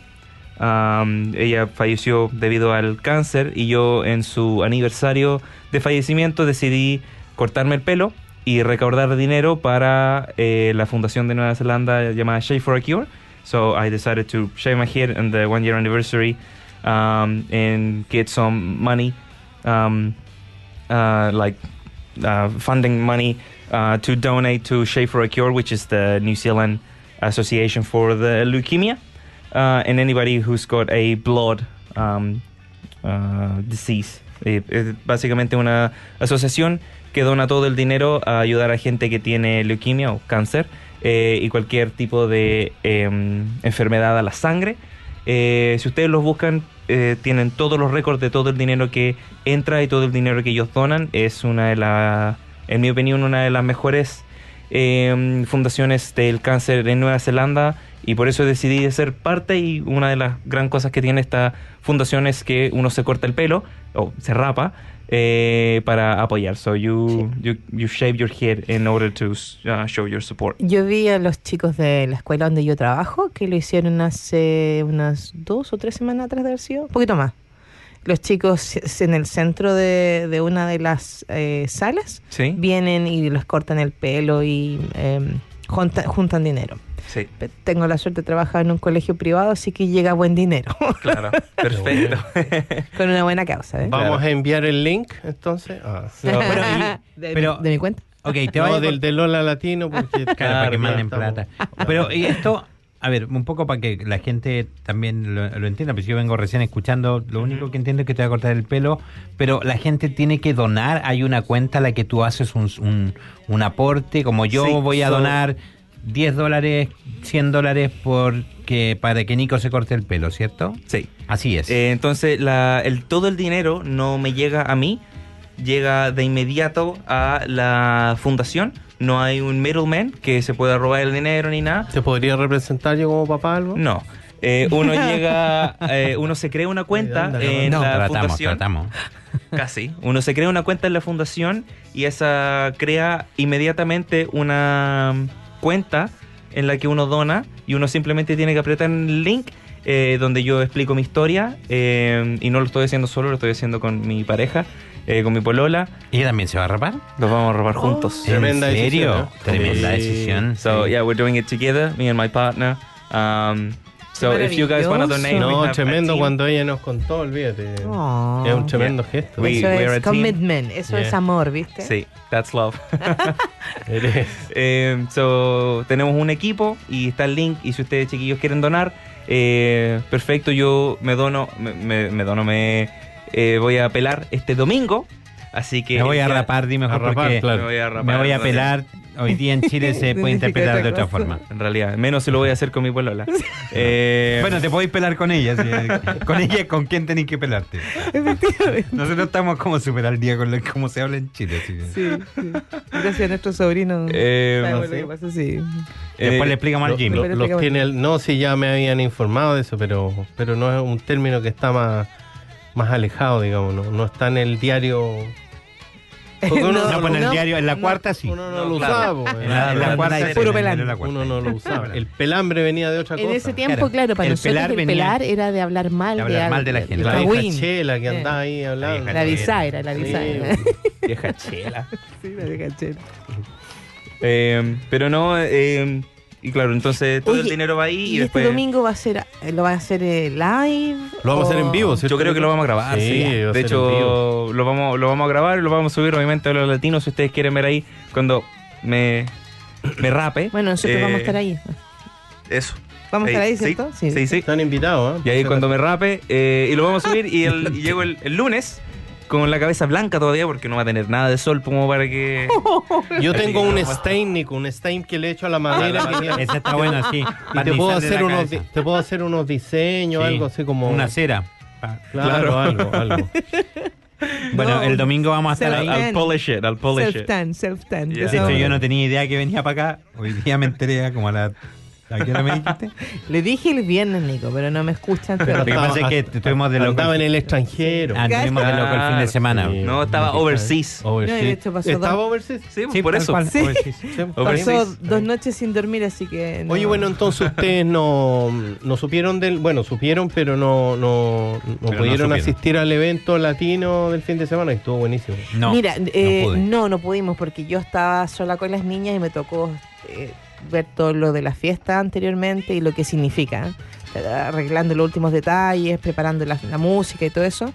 Speaker 2: Um, ella falleció debido al cáncer y yo en su aniversario de fallecimiento decidí cortarme el pelo y recaudar dinero para eh, la fundación de Nueva Zelanda llamada Shave for a Cure. So I decided to shave my head on the one year anniversary um, and get some money, um, uh, like uh, funding money uh, to donate to Shave for a Cure, which is the New Zealand Association for the Leukemia, uh, and anybody who's got a blood um, uh, disease. Eh, Es básicamente una asociación que dona todo el dinero a ayudar a gente que tiene leukemia o cáncer eh, y cualquier tipo de eh, enfermedad a la sangre. Eh, si ustedes los buscan, eh, tienen todos los récords de todo el dinero que entra y todo el dinero que ellos donan. Es una de las, en mi opinión, una de las mejores eh, fundaciones del cáncer en Nueva Zelanda y por eso decidí ser parte y una de las gran cosas que tiene esta fundación es que uno se corta el pelo o se rapa eh, para apoyar. So you, you, you shave your head in order to uh, show your support.
Speaker 3: Yo vi a los chicos de la escuela donde yo trabajo que lo hicieron hace unas dos o tres semanas atrás de haber sido, un poquito más. Los chicos se- en el centro de, de una de las eh, salas
Speaker 2: Sí.
Speaker 3: vienen y les cortan el pelo y eh, junta- juntan dinero.
Speaker 2: Sí,
Speaker 3: Pe- Tengo la suerte de trabajar en un colegio privado, así que llega buen dinero
Speaker 2: claro. Perfecto.
Speaker 3: con una buena causa. ¿eh?
Speaker 5: Vamos a enviar el link, entonces. Ah,
Speaker 4: No, pero ahí-
Speaker 3: de,
Speaker 4: pero-
Speaker 3: de mi cuenta.
Speaker 4: Ok, te
Speaker 5: no,
Speaker 4: vaya
Speaker 5: del de Lola Latino, porque.
Speaker 4: Claro, para que
Speaker 5: ya
Speaker 4: manden
Speaker 5: estamos-
Speaker 4: plata. Pero y esto, a ver, un poco para que la gente también lo, lo entienda, pues yo vengo recién escuchando, lo único que entiendo es que te va a cortar el pelo, pero la gente tiene que donar, hay una cuenta a la que tú haces un, un- un aporte, como yo
Speaker 2: Sí,
Speaker 4: voy a
Speaker 2: so-
Speaker 4: donar 10 dólares, 100 dólares porque, para que Nico se corte el pelo, ¿cierto?
Speaker 2: Sí.
Speaker 4: Así es.
Speaker 2: Eh, entonces, la- el, todo el dinero no me llega a mí, llega de inmediato a la fundación. No hay un middleman que se pueda robar el dinero ni nada.
Speaker 5: ¿Te podría representar yo como papá algo?
Speaker 2: No. Eh, uno llega, eh, uno se crea una cuenta
Speaker 5: Ay, ándale,
Speaker 2: en
Speaker 4: no,
Speaker 2: la
Speaker 4: tratamos,
Speaker 2: fundación.
Speaker 4: tratamos.
Speaker 2: Casi. Uno se crea una cuenta en la fundación y esa crea inmediatamente una mm, cuenta en la que uno dona y uno simplemente tiene que apretar el link eh, donde yo explico mi historia eh, y no lo estoy haciendo solo, lo estoy haciendo con mi pareja, eh, con mi polola.
Speaker 4: ¿Ella también se va a rapar?
Speaker 2: Los vamos a robar
Speaker 4: Oh,
Speaker 2: juntos.
Speaker 5: Tremenda
Speaker 4: ¿En serio?
Speaker 5: decisión, ¿eh?
Speaker 4: Tremenda
Speaker 5: Sí.
Speaker 4: decisión.
Speaker 2: So
Speaker 4: Sí.
Speaker 2: yeah, we're doing it together, me and my partner. Um, so if you guys want to donate, we have
Speaker 5: No,
Speaker 2: a
Speaker 5: tremendo
Speaker 2: team.
Speaker 5: cuando ella nos contó, olvídate.
Speaker 3: Oh.
Speaker 5: Es un tremendo gesto.
Speaker 2: We-
Speaker 3: eso
Speaker 2: we're a
Speaker 3: es
Speaker 2: team.
Speaker 3: commitment, eso
Speaker 5: Yeah.
Speaker 3: es amor, ¿viste?
Speaker 2: Sí, that's love.
Speaker 5: Eres.
Speaker 2: Eh, so, tenemos un equipo y está el link. Y si ustedes, chiquillos, quieren donar, eh, perfecto, yo me dono, me, me- me dono, me eh, voy a pelar este domingo. Así que.
Speaker 4: Me voy a
Speaker 2: el día-
Speaker 4: rapar, dime
Speaker 5: A
Speaker 4: mejor
Speaker 5: rapar,
Speaker 4: porque
Speaker 5: claro.
Speaker 2: Me voy a rapar.
Speaker 4: me voy a
Speaker 2: entonces,
Speaker 4: pelar. Hoy día en Chile se puede interpretar de otra forma.
Speaker 2: En realidad, menos si lo voy a hacer con mi polola. Eh,
Speaker 4: Bueno, te podéis pelar con ella. sí. Con ella, ¿con quién tenéis que pelarte?
Speaker 3: Efectivamente.
Speaker 4: Nosotros estamos como super al día con lo- cómo se habla en Chile. así que-
Speaker 3: Sí, sí. Gracias a nuestro sobrino.
Speaker 2: eh,
Speaker 3: Sabemos
Speaker 2: no sé.
Speaker 3: lo que pasa, sí.
Speaker 4: Después
Speaker 2: Eh,
Speaker 4: le explicamos al
Speaker 5: Lo-
Speaker 4: Jimmy.
Speaker 5: lo- los
Speaker 3: Pero
Speaker 5: tiene el- no, si ya me habían informado de eso, pero, pero no es un término que está más, más alejado, digamos, no, no está en el diario. Porque uno
Speaker 4: No, pues en el diario, en la cuarta sí.
Speaker 5: Uno no, lo
Speaker 2: claro.
Speaker 5: usaba. po,
Speaker 4: En la, en la
Speaker 2: pues. Claro,
Speaker 4: cuarta
Speaker 2: no,
Speaker 4: sí,
Speaker 3: puro
Speaker 4: en la- en
Speaker 3: pelando.
Speaker 4: la cuarta.
Speaker 5: Uno no lo usaba.
Speaker 4: Claro.
Speaker 5: El pelambre venía de otra cosa.
Speaker 3: En ese tiempo,
Speaker 4: Claro,
Speaker 3: claro, para
Speaker 4: el
Speaker 3: nosotros
Speaker 4: pelar
Speaker 3: el
Speaker 4: venía-
Speaker 3: pelar era de hablar mal
Speaker 4: de
Speaker 3: de,
Speaker 4: hablar mal de la
Speaker 3: alguien,
Speaker 4: gente.
Speaker 3: el
Speaker 5: la
Speaker 3: cagüín.
Speaker 5: vieja chela que
Speaker 3: Eh,
Speaker 5: andaba ahí hablando.
Speaker 4: La
Speaker 3: La
Speaker 4: vieja
Speaker 3: bisaira, la
Speaker 5: Sí, pues.
Speaker 3: bisaira.
Speaker 2: vieja chela.
Speaker 3: Sí, la vieja chela.
Speaker 2: Eh, pero no, eh, y claro, entonces todo el
Speaker 3: Oye,
Speaker 2: dinero va ahí y,
Speaker 3: Y este
Speaker 2: después.
Speaker 3: domingo va a ser, eh, lo va a hacer eh, live.
Speaker 5: Lo vamos a hacer
Speaker 3: o-
Speaker 5: en vivo, ¿cierto?
Speaker 2: Yo creo que lo vamos a grabar,
Speaker 5: Oh. Sí,
Speaker 2: sí.
Speaker 5: va a
Speaker 2: De
Speaker 5: ser en
Speaker 2: hecho,
Speaker 5: vivo.
Speaker 2: lo vamos, lo vamos a grabar y lo vamos a subir, obviamente, a los latinos. Si ustedes quieren ver ahí cuando me, me rape.
Speaker 3: Bueno, nosotros
Speaker 2: eh,
Speaker 3: vamos a estar ahí.
Speaker 2: Eso.
Speaker 3: Vamos a estar ahí,
Speaker 2: sí,
Speaker 3: ¿cierto?
Speaker 2: Sí, sí.
Speaker 5: Están invitados, ¿eh?
Speaker 2: Y ahí cuando me rape, eh, y lo vamos a subir. Y, el, y llego el, el lunes con la cabeza blanca todavía porque no va a tener nada de sol como para que.
Speaker 3: Oh,
Speaker 5: Yo
Speaker 2: Así
Speaker 5: tengo
Speaker 2: que
Speaker 5: un
Speaker 2: no,
Speaker 5: stain, Nico, un stain que le echo a Ah, la madera. que queda-
Speaker 4: Esa está buena, sí.
Speaker 5: y te puedo,
Speaker 4: Barnizarle
Speaker 5: hacer
Speaker 4: la
Speaker 5: unos,
Speaker 4: cabeza.
Speaker 5: di- te puedo hacer unos diseños,
Speaker 4: Sí,
Speaker 5: algo así como.
Speaker 4: Una cera.
Speaker 5: Claro,
Speaker 2: Claro.
Speaker 5: algo, algo.
Speaker 4: Bueno,
Speaker 3: No.
Speaker 4: el domingo vamos a estar
Speaker 3: Cera.
Speaker 4: ahí.
Speaker 2: I'll, I'll polish it, I'll polish it.
Speaker 3: Self-tan, self-tan.
Speaker 2: Ya.
Speaker 3: Eso-
Speaker 4: De hecho, yo no tenía idea que venía para acá. Hoy día me enteré como a la... ¿A qué hora me dijiste?
Speaker 3: Le dije el viernes, Nico, pero no me escuchan.
Speaker 4: Lo que
Speaker 3: pero-
Speaker 4: pasa es que estuvimos de loco.
Speaker 5: Andaba en el extranjero.
Speaker 4: Ah, estuvimos de loco el fin de semana.
Speaker 5: Sí.
Speaker 2: No, estaba overseas.
Speaker 5: Overseas.
Speaker 3: No, y de hecho pasó
Speaker 5: ¿Estaba
Speaker 3: dos-
Speaker 5: overseas?
Speaker 2: Sí,
Speaker 4: Sí,
Speaker 2: por
Speaker 4: tal
Speaker 2: eso.
Speaker 4: cual.
Speaker 3: Sí.
Speaker 4: Pues sí, sí.
Speaker 5: Sí.
Speaker 3: Pasó
Speaker 2: Overseas.
Speaker 3: dos noches sin dormir, así que. no.
Speaker 5: Oye, bueno, entonces ustedes no, no supieron del. Bueno, supieron, pero no, no, no
Speaker 4: Pero no
Speaker 5: pudieron
Speaker 4: supieron.
Speaker 5: asistir al evento latino del fin de semana y estuvo buenísimo.
Speaker 4: No,
Speaker 3: Mira,
Speaker 4: no
Speaker 3: eh, no,
Speaker 4: pude.
Speaker 3: no, pudimos porque yo estaba sola con las niñas y me tocó eh, ver todo lo de la fiesta anteriormente y lo que significa. ¿eh? Arreglando los últimos detalles, preparando la, la música y todo eso.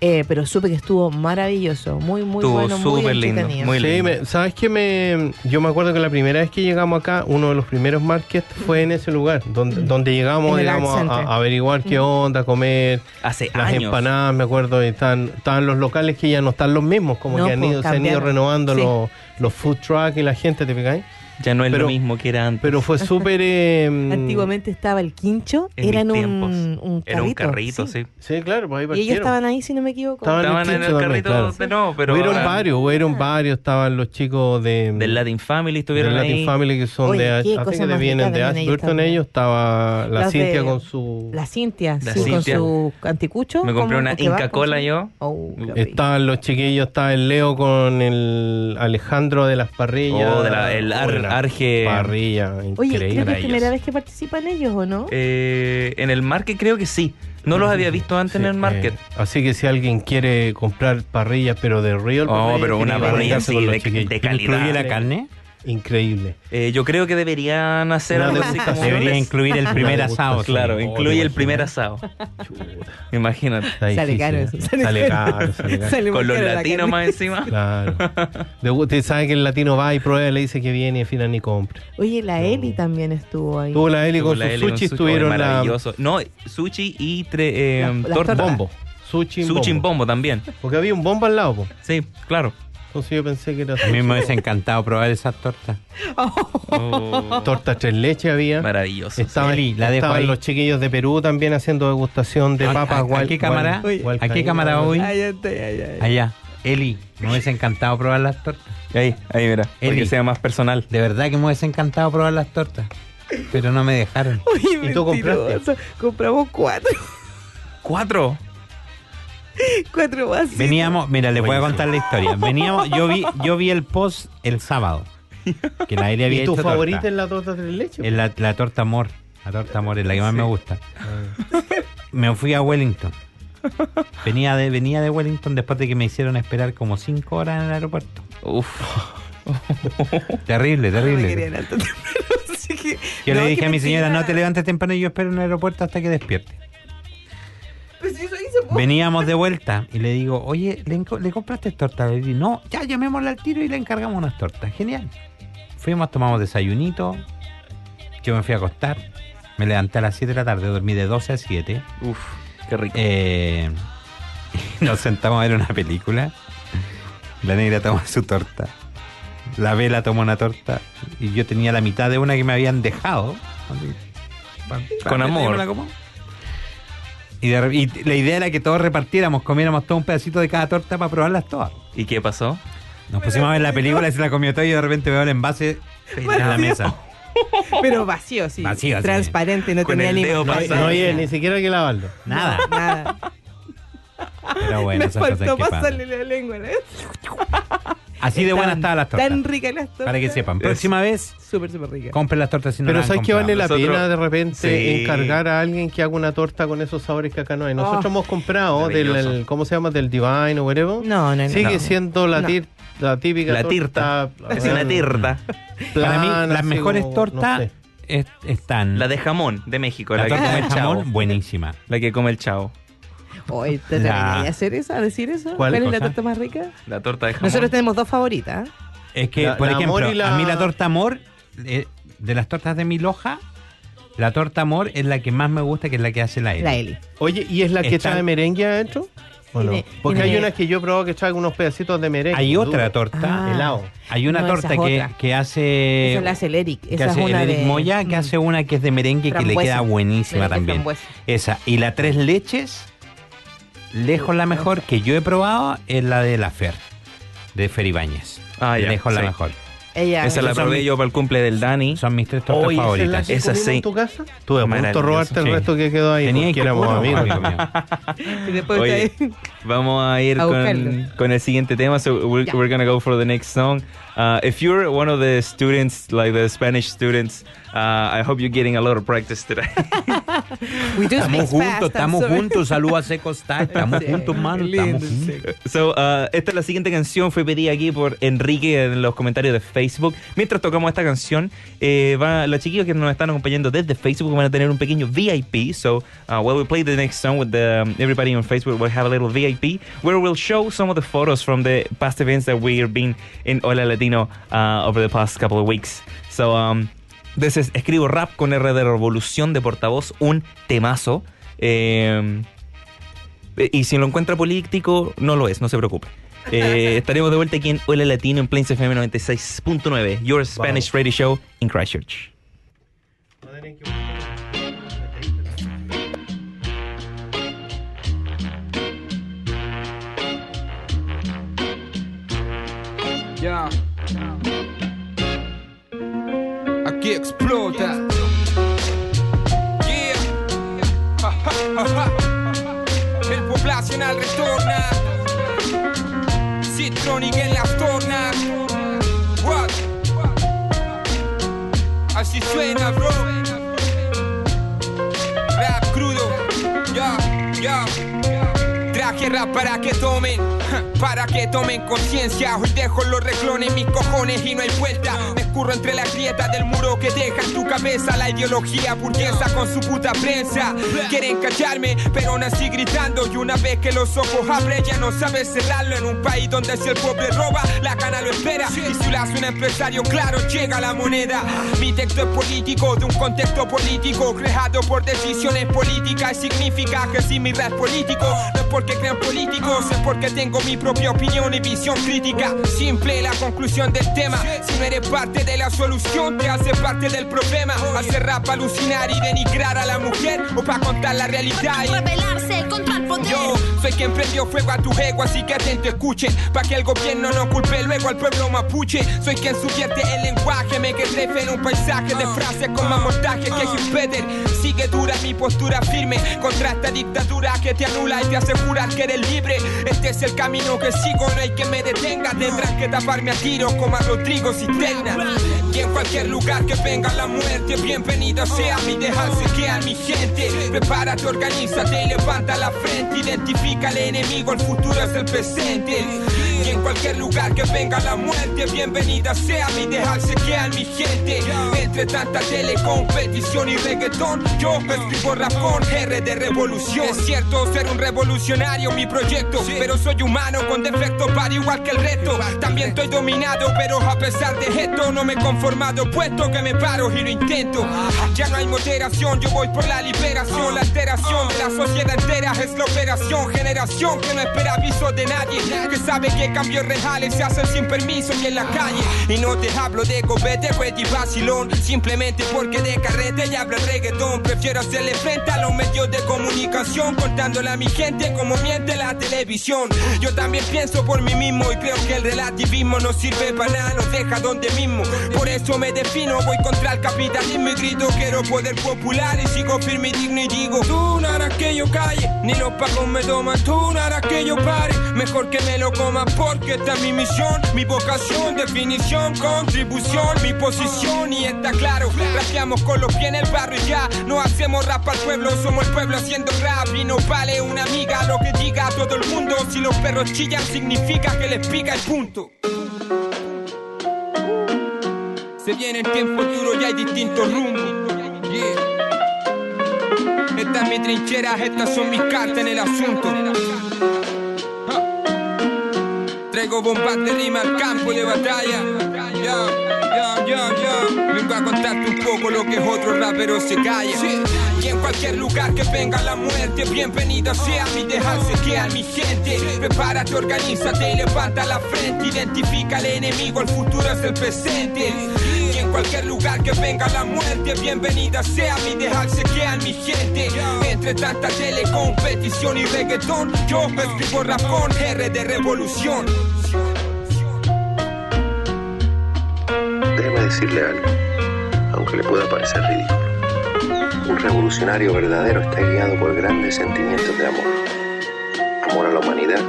Speaker 3: Eh, pero supe que estuvo maravilloso, muy, muy
Speaker 2: Estuvo
Speaker 3: bueno, muy
Speaker 2: súper lindo,
Speaker 3: entretenido.
Speaker 2: muy-
Speaker 5: Sí,
Speaker 2: lindo.
Speaker 5: me- ¿sabes qué? Me, yo me acuerdo que la primera vez que llegamos acá, uno de los primeros markets fue en ese lugar, donde, donde llegamos
Speaker 3: En el
Speaker 5: digamos,
Speaker 3: Art
Speaker 5: a,
Speaker 3: Center.
Speaker 5: a averiguar qué onda, a comer,
Speaker 2: Hace
Speaker 5: las
Speaker 2: años.
Speaker 5: empanadas, me acuerdo, y están, están los locales que ya no están los mismos, como
Speaker 3: No,
Speaker 5: que han
Speaker 3: pues,
Speaker 5: ido, se han ido
Speaker 3: cambiaron.
Speaker 5: renovando
Speaker 3: Sí.
Speaker 5: los, los food trucks y la gente, ¿te fijáis?
Speaker 2: Ya no es
Speaker 5: Pero-
Speaker 2: lo mismo que era antes.
Speaker 5: Pero fue súper... eh,
Speaker 3: Antiguamente estaba el quincho,
Speaker 2: En
Speaker 3: era en
Speaker 2: mis
Speaker 3: un,
Speaker 2: tiempos.
Speaker 3: un carrito.
Speaker 2: Era un carrito, sí.
Speaker 5: Sí, claro, pues
Speaker 3: Y
Speaker 5: ahí
Speaker 3: ellos
Speaker 5: partieron.
Speaker 3: estaban ahí, si no me equivoco.
Speaker 5: Estaban
Speaker 2: Estaban en
Speaker 5: quincho
Speaker 2: el
Speaker 5: también,
Speaker 2: carrito
Speaker 5: claro.
Speaker 2: de nuevo, pero
Speaker 5: hubieron
Speaker 2: ahora-
Speaker 5: varios,
Speaker 3: Ah.
Speaker 5: hubieron varios, estaban los chicos de...
Speaker 2: Del Latin Family
Speaker 5: de
Speaker 2: estuvieron ahí.
Speaker 5: Latin Family que son
Speaker 3: Oye,
Speaker 5: de
Speaker 3: qué
Speaker 5: Ash-
Speaker 3: cosa
Speaker 5: así que
Speaker 3: más
Speaker 5: vienen
Speaker 3: rica
Speaker 5: de
Speaker 3: también ellos
Speaker 5: Ashburton
Speaker 3: también.
Speaker 5: ellos estaba la
Speaker 3: Las de-
Speaker 5: Cintia con su
Speaker 3: La Cintia,
Speaker 2: La
Speaker 3: sí, con
Speaker 2: Cintia.
Speaker 3: su anticucho.
Speaker 2: Me compré
Speaker 3: ¿cómo?
Speaker 2: una
Speaker 3: ¿O kebab?
Speaker 2: Inca
Speaker 3: ¿Cómo se
Speaker 2: Cola
Speaker 3: llama?
Speaker 2: yo.
Speaker 3: Oh, qué rico.
Speaker 5: Estaban los chiquillos, estaba el Leo con el Alejandro de las parrillas.
Speaker 2: Oh, de la- el Ar-
Speaker 5: Buena
Speaker 2: Arge.
Speaker 5: Parrilla,
Speaker 3: Oye, creo que
Speaker 5: increíble.
Speaker 3: es la primera vez que participan ellos, ¿o no?
Speaker 2: Eh, en el market creo que sí. No los había visto antes en
Speaker 5: Sí,
Speaker 2: el market.
Speaker 5: eh, así que si alguien quiere comprar parrillas, pero de real.
Speaker 2: Oh,
Speaker 5: parrilla,
Speaker 2: pero
Speaker 5: tiene
Speaker 2: una
Speaker 5: que
Speaker 2: parrilla
Speaker 5: comunicarse con
Speaker 2: así
Speaker 5: los
Speaker 2: de,
Speaker 5: chiquillos.
Speaker 2: de
Speaker 4: ¿Incluye la
Speaker 2: calidad.
Speaker 4: carne?
Speaker 5: Increíble.
Speaker 2: Eh, yo creo que deberían hacer
Speaker 5: Una
Speaker 2: algo así
Speaker 5: degustación.
Speaker 2: como...
Speaker 4: Debería incluir el primer
Speaker 5: Una
Speaker 4: asado.
Speaker 5: degustación.
Speaker 2: Claro,
Speaker 4: sí.
Speaker 2: incluye
Speaker 4: Oh,
Speaker 2: el primer
Speaker 4: imagínate.
Speaker 2: asado. Imagínate.
Speaker 3: Sale
Speaker 5: Está difícil,
Speaker 3: caro
Speaker 5: ¿eh?
Speaker 3: eso, sale
Speaker 5: Sale
Speaker 3: caro.
Speaker 5: caro, sale caro.
Speaker 3: Sale muy
Speaker 2: Con los
Speaker 3: cara la
Speaker 2: latinos
Speaker 3: carne.
Speaker 2: más encima.
Speaker 5: Claro. De- Usted sabe que el latino va y prueba, le dice que viene y al final ni compra.
Speaker 3: Oye, la Eli también estuvo ahí.
Speaker 5: Tuvo la Eli con
Speaker 2: La
Speaker 5: su
Speaker 2: Eli con
Speaker 5: sushi,
Speaker 2: sushi,
Speaker 5: estuvieron ah,
Speaker 2: oh,
Speaker 5: la
Speaker 2: maravilloso. No, sushi y tre, eh,
Speaker 3: Las- las
Speaker 2: torta.
Speaker 3: tortas.
Speaker 5: bombo. Sushi, en
Speaker 2: Sushi en
Speaker 5: bombo.
Speaker 2: bombo también.
Speaker 5: Porque había un bombo al lado. po.
Speaker 2: Sí, claro.
Speaker 5: Entonces yo pensé que era
Speaker 4: A mí
Speaker 5: sushi.
Speaker 4: me hubiese encantado probar esas tortas.
Speaker 2: Oh,
Speaker 5: torta tres leches había.
Speaker 2: Maravilloso.
Speaker 5: Estaban,
Speaker 4: Eli, la dejo
Speaker 5: estaban
Speaker 4: ahí.
Speaker 5: los chiquillos de Perú también haciendo degustación de
Speaker 4: ¿A- a-
Speaker 5: papas.
Speaker 4: a
Speaker 5: gual-
Speaker 4: qué cámara?
Speaker 5: gual-
Speaker 4: Oye, ¿a
Speaker 5: gualcaína,
Speaker 4: qué cámara
Speaker 5: gual-
Speaker 4: voy?
Speaker 3: Ay, ay, ay, ay.
Speaker 4: Allá. Eli, me hubiese encantado probar las tortas.
Speaker 2: Ahí, ahí verá. Para que
Speaker 4: Eli.
Speaker 2: sea más personal.
Speaker 4: De verdad que me hubiese encantado probar las tortas. Pero no me dejaron.
Speaker 3: Oye,
Speaker 5: ¿Y tú compraste?
Speaker 3: mentiroso. Compramos cuatro,
Speaker 2: Cuatro.
Speaker 3: cuatro vasos.
Speaker 4: Veníamos, mira, les voy a contar la historia. Veníamos, yo vi, yo vi el post el sábado. Que la Eli había
Speaker 5: ¿Y tu
Speaker 4: hecho torta.
Speaker 5: favorita es la torta tres leches?
Speaker 4: Es la, la torta amor. La torta amor es la que más me gusta. Me fui a Wellington. Venía de, venía de Wellington después de que me hicieron esperar como cinco horas en el aeropuerto.
Speaker 2: Uf.
Speaker 4: Terrible,
Speaker 3: No me
Speaker 4: terrible.
Speaker 3: querían alto temprano, así que-
Speaker 4: Yo
Speaker 3: No,
Speaker 4: le dije
Speaker 3: qué
Speaker 4: a mi señora,
Speaker 3: mentira.
Speaker 4: no te levantes temprano y yo espero en el aeropuerto hasta que despierte.
Speaker 3: Pues eso hizo, po.
Speaker 4: Veníamos de vuelta y le digo, oye, ¿le, enco- ¿le compraste tortas? Le dije, no, ya llamémosla al tiro y le encargamos unas tortas. Genial. Fuimos, tomamos desayunito. Yo me fui a acostar. Me levanté a las 7 de la tarde, dormí de 12 a 7.
Speaker 2: Uf. Qué rico.
Speaker 4: Eh, nos sentamos a ver una película. La negra toma su torta. La vela tomó una torta. Y yo tenía la mitad de una que me habían dejado. Pa- pa-
Speaker 2: Con amor.
Speaker 4: me la como. Y, de re- y la idea era que todos repartiéramos, comiéramos todo un pedacito de cada torta para probarlas todas.
Speaker 2: ¿Y qué pasó?
Speaker 4: Nos pusimos a ver la película y se la comió todo y de repente veo el envase en la mesa.
Speaker 3: Pero vacío, sí.
Speaker 4: Vacío, sí.
Speaker 3: Transparente, no
Speaker 2: Con
Speaker 3: tenía
Speaker 2: el
Speaker 3: ni.
Speaker 2: dedo
Speaker 5: No,
Speaker 2: pasado.
Speaker 5: no oye, ni siquiera hay que lavarlo.
Speaker 4: Nada.
Speaker 3: Nada.
Speaker 4: Pero bueno,
Speaker 3: Me
Speaker 4: esas cosas
Speaker 3: faltó
Speaker 4: que pasan.
Speaker 3: pasarle la lengua. ¿no?
Speaker 4: Así de buenas
Speaker 3: Tan-
Speaker 4: estaban las tortas.
Speaker 3: Tan ricas las tortas.
Speaker 4: Para que sepan. Próxima vez,
Speaker 3: Súper, súper ricas.
Speaker 4: compren las tortas si no
Speaker 5: Pero
Speaker 4: las han
Speaker 5: ¿sabes que vale
Speaker 4: comprado.
Speaker 5: la
Speaker 2: Nosotros-
Speaker 5: pena de repente
Speaker 2: Sí.
Speaker 5: encargar a alguien que haga una torta con esos sabores que acá no hay? Nosotros
Speaker 3: Oh.
Speaker 5: hemos comprado del,
Speaker 2: Maravilloso.
Speaker 5: el- ¿cómo se llama? Del Divine o whatever.
Speaker 3: No, no, no.
Speaker 5: Sigue
Speaker 3: No.
Speaker 5: siendo la,
Speaker 3: No.
Speaker 5: tir- la típica
Speaker 2: La tirta.
Speaker 5: torta,
Speaker 2: Es
Speaker 4: Mm.
Speaker 2: una
Speaker 5: eh,
Speaker 2: tirta.
Speaker 4: Para mí,
Speaker 5: plana,
Speaker 4: las
Speaker 5: así
Speaker 4: mejores
Speaker 5: como,
Speaker 4: tortas
Speaker 5: no sé.
Speaker 4: es- están.
Speaker 2: La de jamón de México. La,
Speaker 4: la
Speaker 2: que
Speaker 4: torta
Speaker 2: come
Speaker 4: de
Speaker 2: el chavo.
Speaker 4: jamón, buenísima.
Speaker 2: La que come el chavo.
Speaker 3: Oye, ¿te
Speaker 4: La-
Speaker 3: atreverías a hacer eso? ¿A decir eso?
Speaker 5: ¿Cuál
Speaker 3: ¿Cuál, es la
Speaker 4: cosa?
Speaker 3: torta más rica?
Speaker 2: La torta de jamón.
Speaker 3: Nosotros tenemos dos favoritas. ¿eh?
Speaker 4: Es que,
Speaker 5: La-
Speaker 4: por
Speaker 5: la
Speaker 4: ejemplo,
Speaker 5: amor y la-
Speaker 4: a mí la torta amor, eh, de las tortas de mi loja, la torta amor es la que más me gusta, que es la que hace la Eli.
Speaker 3: La Eli.
Speaker 5: Oye, ¿y es la que
Speaker 4: Están-
Speaker 5: trae merengue adentro? ¿O no?
Speaker 3: Tiene-
Speaker 5: Porque
Speaker 3: tiene-
Speaker 5: hay unas que yo he probado que traen unos pedacitos de merengue.
Speaker 4: Hay otra
Speaker 5: duro.
Speaker 4: torta,
Speaker 3: Ah.
Speaker 5: Helado.
Speaker 4: hay una
Speaker 3: No, esa
Speaker 4: torta
Speaker 3: es
Speaker 4: que,
Speaker 3: otra.
Speaker 4: que hace.
Speaker 3: esa la hace el Eric.
Speaker 4: que
Speaker 3: Esa
Speaker 4: hace
Speaker 3: es una
Speaker 4: el Eric
Speaker 3: de...
Speaker 4: Moya, que
Speaker 3: Mm.
Speaker 4: hace una que es de merengue que le
Speaker 3: Frambuesa.
Speaker 4: queda buenísima
Speaker 3: Merengue
Speaker 4: también.
Speaker 3: frambuesa.
Speaker 4: Esa. Y la tres leches, lejos la mejor que yo he probado, es la de la Fer, de Feribañez.
Speaker 2: Ah, ya,
Speaker 4: lejos la
Speaker 2: sí.
Speaker 4: mejor.
Speaker 3: Ella.
Speaker 2: Esa la
Speaker 4: Son
Speaker 2: probé
Speaker 4: mis-
Speaker 2: yo para el cumple del Dani.
Speaker 4: Son mis tres tortas
Speaker 5: Oye, ¿esa es la
Speaker 4: favoritas.
Speaker 5: que
Speaker 2: Esa
Speaker 5: comimos
Speaker 2: sí.
Speaker 5: en tu casa? Tuve a punto de
Speaker 2: Maravilloso.
Speaker 5: robarte el
Speaker 4: Sí.
Speaker 5: resto que quedó ahí.
Speaker 4: Tenía
Speaker 5: porque
Speaker 4: que
Speaker 5: éramos amigos.
Speaker 3: y después
Speaker 2: Oye,
Speaker 3: ustedes-
Speaker 2: Vamos a ir
Speaker 3: A
Speaker 2: con,
Speaker 3: buscarlo.
Speaker 2: con el siguiente tema. So we're,
Speaker 3: Ya.
Speaker 2: we're gonna go for the next song. Uh, if you're one of the students, like the Spanish students, uh, I hope you're getting a lot of practice today.
Speaker 3: We do
Speaker 4: Estamos
Speaker 3: speak fast,
Speaker 4: juntos,
Speaker 3: I'm
Speaker 4: estamos
Speaker 3: sorry.
Speaker 4: juntos. Saludos a Seco Star, Estamos
Speaker 3: Sí,
Speaker 4: juntos, mano.
Speaker 3: lindo,
Speaker 4: Estamos
Speaker 3: sí.
Speaker 4: juntos.
Speaker 2: So, uh, esta la siguiente canción fue pedida aquí por Enrique en los comentarios de Facebook. Mientras tocamos esta canción, eh, va, los chiquillos que nos están acompañando desde Facebook van a tener un pequeño VIP. So, uh, while we play the next song with the, um, everybody on Facebook, we'll have a little VIP where we'll show some of the photos from the past events that we've been in Hola Latino uh, over the past couple of weeks. So, um, this is Escribo Rap con R de Revolución de Portavoz, un temazo. Em, Eh, y si lo encuentra político, no lo es, no se preocupe. Eh, estaremos de vuelta aquí en Hola Latino en Plains FM 96.9, Your Spanish Radio Show in Christchurch.
Speaker 6: Ya. Aquí explota. Yeah. Ja, ja, ja, ja. El poblacional retorna. Citronic en las tornas. What? Así suena, bro. Rap crudo. Ya, ya. Traje rap para que tomen, para que tomen conciencia. Hoy dejo los reclones, en mis cojones y no hay vuelta. Me escurro entre las grietas del muro que deja en tu cabeza la ideología burguesa con su puta prensa. Quieren callarme, pero nací gritando. Y una vez que los ojos abren, ya no sabes cerrarlo. En un país donde si el pobre roba, la gana lo espera. Y si lo hace un empresario, claro, llega la moneda. Mi texto es político, de un contexto político, creado por decisiones políticas. Significa que si mi rap es político, no es porque crean políticos, es porque tengo mi propia opinión y visión crítica. Simple la conclusión del tema. Si no eres parte de la solución, te hace parte del problema. Hacer rap alucinar y denigrar a la mujer o para contar la realidad. y-
Speaker 7: Rebelarse contra el poder.
Speaker 6: yo soy quien prendió fuego a tu ego, así que atento escuchen. Pa' que el gobierno no culpe luego al pueblo mapuche. Soy quien subierte el lenguaje, me quedé en un paisaje de frases con más montaje que Hugh Peter. Sigue dura mi postura firme contra esta dictadura que te anula y te hace jurar que eres libre. Este es el camino que sigo, no hay que me detenga. Tendrás que taparme a tiros como a Rodrigo Cisterna. Y en cualquier lugar que venga la muerte, bienvenido sea mi dejarse que a mi gente. Prepárate, organízate y levanta la frente. Identifica al enemigo, el futuro es el presente. Y en cualquier lugar que venga la muerte, bienvenida sea mi dejarse que a mi gente. Entre tanta tele, competición y reggaetón, yo me escribo rap con R de revolución. Es cierto ser un revolucionario, mi proyecto, pero soy humano con defectos para igual que el resto. También estoy dominado, pero a pesar de esto no me he conformado, puesto que me paro y lo intento. Ya no hay moderación, yo voy por la liberación, la alteración de la sociedad entera es la operación. Generación que no espera aviso de nadie, que sabe que cambios reales se hacen sin permiso y en la calle. Y no te hablo de copete, pues y vacilón, simplemente porque de carrete ya habla el reggaetón. Prefiero hacerle frente a los medios de comunicación, contándole a mi gente como miente la televisión. Yo también pienso por mí mismo y creo que el relativismo no sirve para nada, nos deja donde mismo. Por eso me defino, voy contra el capitalismo y grito, quiero poder popular y sigo firme y digno y digo, tú no harás que yo calle, ni los pagos me toman, tú no harás que yo pare, mejor que me lo coma porque esta es mi misión, mi vocación, definición, contribución, mi posición y está claro, rapeamos con los pies en el barrio y ya, no hacemos rap al pueblo, somos el pueblo haciendo rap y no vale una amiga lo que diga todo el mundo, si los perros chillan significa que les pica el punto. Se viene el tiempo duro y hay distintos rumbos. Yeah. Esta es mi trinchera, estas son mis cartas en el asunto. Ja. Traigo bombas de rima al campo de batalla. Ya, ya, ya, ya. Vengo a contarte un poco lo que otro rapero se calla. Y en cualquier lugar que venga la muerte, bienvenido sea mi dejarse que a mi gente. Prepárate, organízate y levanta la frente. Identifica al enemigo, el futuro es el presente. Y en cualquier lugar que venga la muerte, bienvenida sea mi dejarse que a mi gente. Entre tanta tele, competición y reggaetón, yo me escribo rap con R de revolución.
Speaker 8: Déjeme decirle algo, aunque le pueda parecer ridículo. Un revolucionario verdadero está guiado por grandes sentimientos de amor. Amor a la humanidad,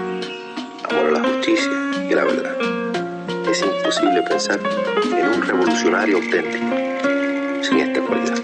Speaker 8: amor a la justicia y a la verdad. Es imposible pensar en un revolucionario auténtico sin esta cualidad.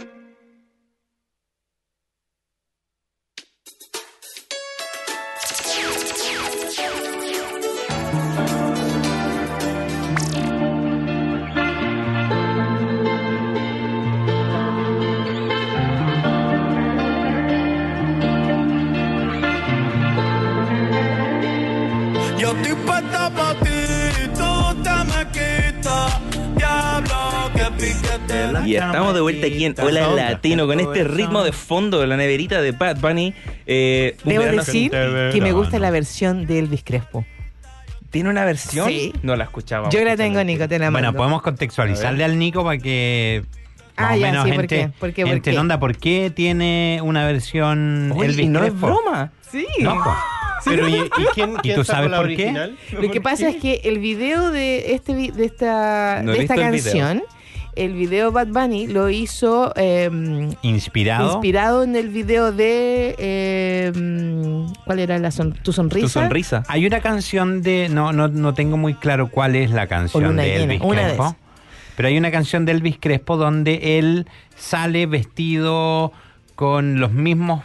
Speaker 9: Yo estoy puesta pa' ti, tú te me quitas. Diablo, que piquete la
Speaker 2: Y estamos de vuelta aquí en Hola Latino con este ritmo de fondo de la neverita de Pat Bunny. Eh, un
Speaker 3: Debo
Speaker 2: verano-
Speaker 3: decir que me gusta la versión de Elvis Crespo.
Speaker 2: ¿Tiene una versión?
Speaker 3: Sí.
Speaker 2: No la escuchaba.
Speaker 3: Yo la tengo, Nico, te la
Speaker 4: Bueno,
Speaker 3: mando.
Speaker 4: podemos contextualizarle al Nico para que más
Speaker 3: Ah,
Speaker 4: o
Speaker 3: ya,
Speaker 4: menos
Speaker 3: sí, ¿por
Speaker 4: gente,
Speaker 3: qué? ¿Por qué? ¿Por
Speaker 4: gente
Speaker 3: qué?
Speaker 4: en onda por qué tiene una versión
Speaker 2: Oye,
Speaker 4: Elvis
Speaker 2: y no es
Speaker 4: Crespo?
Speaker 2: broma.
Speaker 3: Sí.
Speaker 4: No, pues, po.
Speaker 5: Pero, ¿y, y quién, quién
Speaker 4: tú
Speaker 5: sacó
Speaker 4: sabes
Speaker 5: la
Speaker 4: por qué?
Speaker 5: original?
Speaker 3: Lo que pasa es que el video de este vi- de esta
Speaker 2: No he
Speaker 3: de esta
Speaker 2: visto el video.
Speaker 3: canción, el video Bad Bunny lo hizo eh,
Speaker 4: Inspirado.
Speaker 3: inspirado en el video de eh, ¿cuál era la son- tu sonrisa?
Speaker 2: Tu sonrisa.
Speaker 4: Hay una canción de. No, no, no tengo muy claro cuál es la canción
Speaker 3: Luna
Speaker 4: de
Speaker 3: llena,
Speaker 4: Elvis
Speaker 3: una de
Speaker 4: Crespo.
Speaker 3: esas.
Speaker 4: Pero hay una canción de Elvis Crespo donde él sale vestido con los mismos.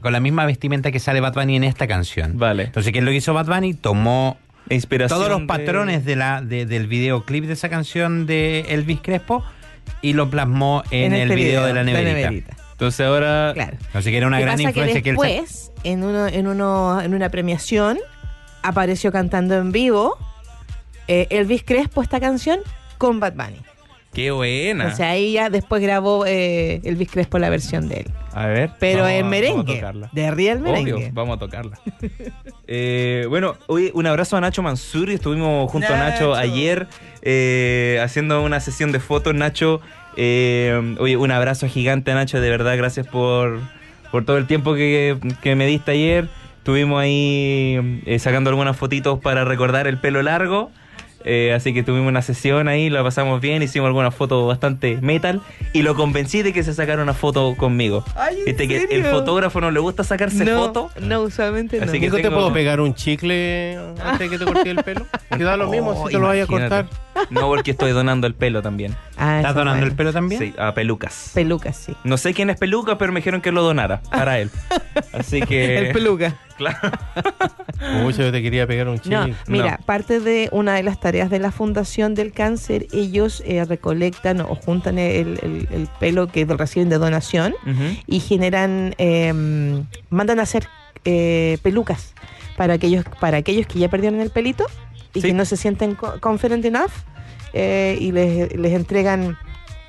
Speaker 4: con la misma vestimenta que sale Bad Bunny en esta canción.
Speaker 2: Vale.
Speaker 4: Entonces, ¿qué es lo que hizo Bad Bunny? Tomó
Speaker 2: Inspiración.
Speaker 4: todos los
Speaker 2: de-
Speaker 4: patrones de la, de- del videoclip de esa canción de Elvis Crespo y lo plasmó en, el
Speaker 3: este
Speaker 4: video, de la neverita.
Speaker 2: Entonces ahora.
Speaker 3: Claro.
Speaker 4: Así que era una
Speaker 3: Lo que
Speaker 4: gran
Speaker 3: pasa
Speaker 4: influencia
Speaker 3: que
Speaker 4: que él sa-
Speaker 3: después, en uno, en uno, en una premiación, apareció cantando en vivo eh, Elvis Crespo esta canción con Bad Bunny.
Speaker 2: Qué buena.
Speaker 3: O sea, ahí ya después grabó eh, Elvis Crespo la versión de él.
Speaker 2: a ver.
Speaker 3: Pero
Speaker 2: vamos a-
Speaker 3: en
Speaker 2: Vamos a
Speaker 3: merengue.
Speaker 2: tocarla.
Speaker 3: De real merengue.
Speaker 2: Obvio, vamos a tocarla. Eh, bueno, hoy un abrazo a Nacho Mansur. Estuvimos junto a Nacho
Speaker 3: Nacho.
Speaker 2: ayer eh, haciendo una sesión de fotos. Nacho, eh, oye, un abrazo gigante, Nacho. De verdad, gracias por, por todo el tiempo que, que me diste ayer. Estuvimos ahí eh, sacando algunas fotitos para recordar el pelo largo. Eh, así que tuvimos una sesión ahí, la pasamos bien, hicimos algunas fotos bastante metal y lo convencí de que se sacara una foto conmigo.
Speaker 3: Ay, ¿en
Speaker 2: Viste que el
Speaker 3: serio?
Speaker 2: fotógrafo no le gusta sacarse
Speaker 3: no,
Speaker 2: fotos.
Speaker 3: no, usualmente no.
Speaker 2: Así que
Speaker 5: Nico, ¿te
Speaker 2: tengo-
Speaker 5: puedo pegar un chicle antes de que te cortes el pelo? Que da lo mismo
Speaker 2: Oh,
Speaker 5: si te lo vayas a cortar.
Speaker 2: imagínate. No, porque estoy donando el pelo también.
Speaker 3: Ah,
Speaker 4: ¿Estás
Speaker 3: eso
Speaker 4: donando
Speaker 3: bueno.
Speaker 4: el pelo también?
Speaker 2: Sí, a pelucas.
Speaker 3: Peluca, sí.
Speaker 2: No sé quién es peluca, pero me dijeron que lo donara para él. Así que.
Speaker 3: El peluca.
Speaker 2: Claro.
Speaker 5: Mucho yo te quería pegar un chicle.
Speaker 3: No, mira, parte de una de las tareas de la Fundación del Cáncer, ellos eh, recolectan o juntan el, el- el pelo que reciben de donación
Speaker 2: Ujú.
Speaker 3: y generan, eh, mandan a hacer eh, pelucas para aquellos, para aquellos que ya perdieron el pelito y
Speaker 2: Sí.
Speaker 3: que no se sienten co- confident enough eh, y les, les entregan,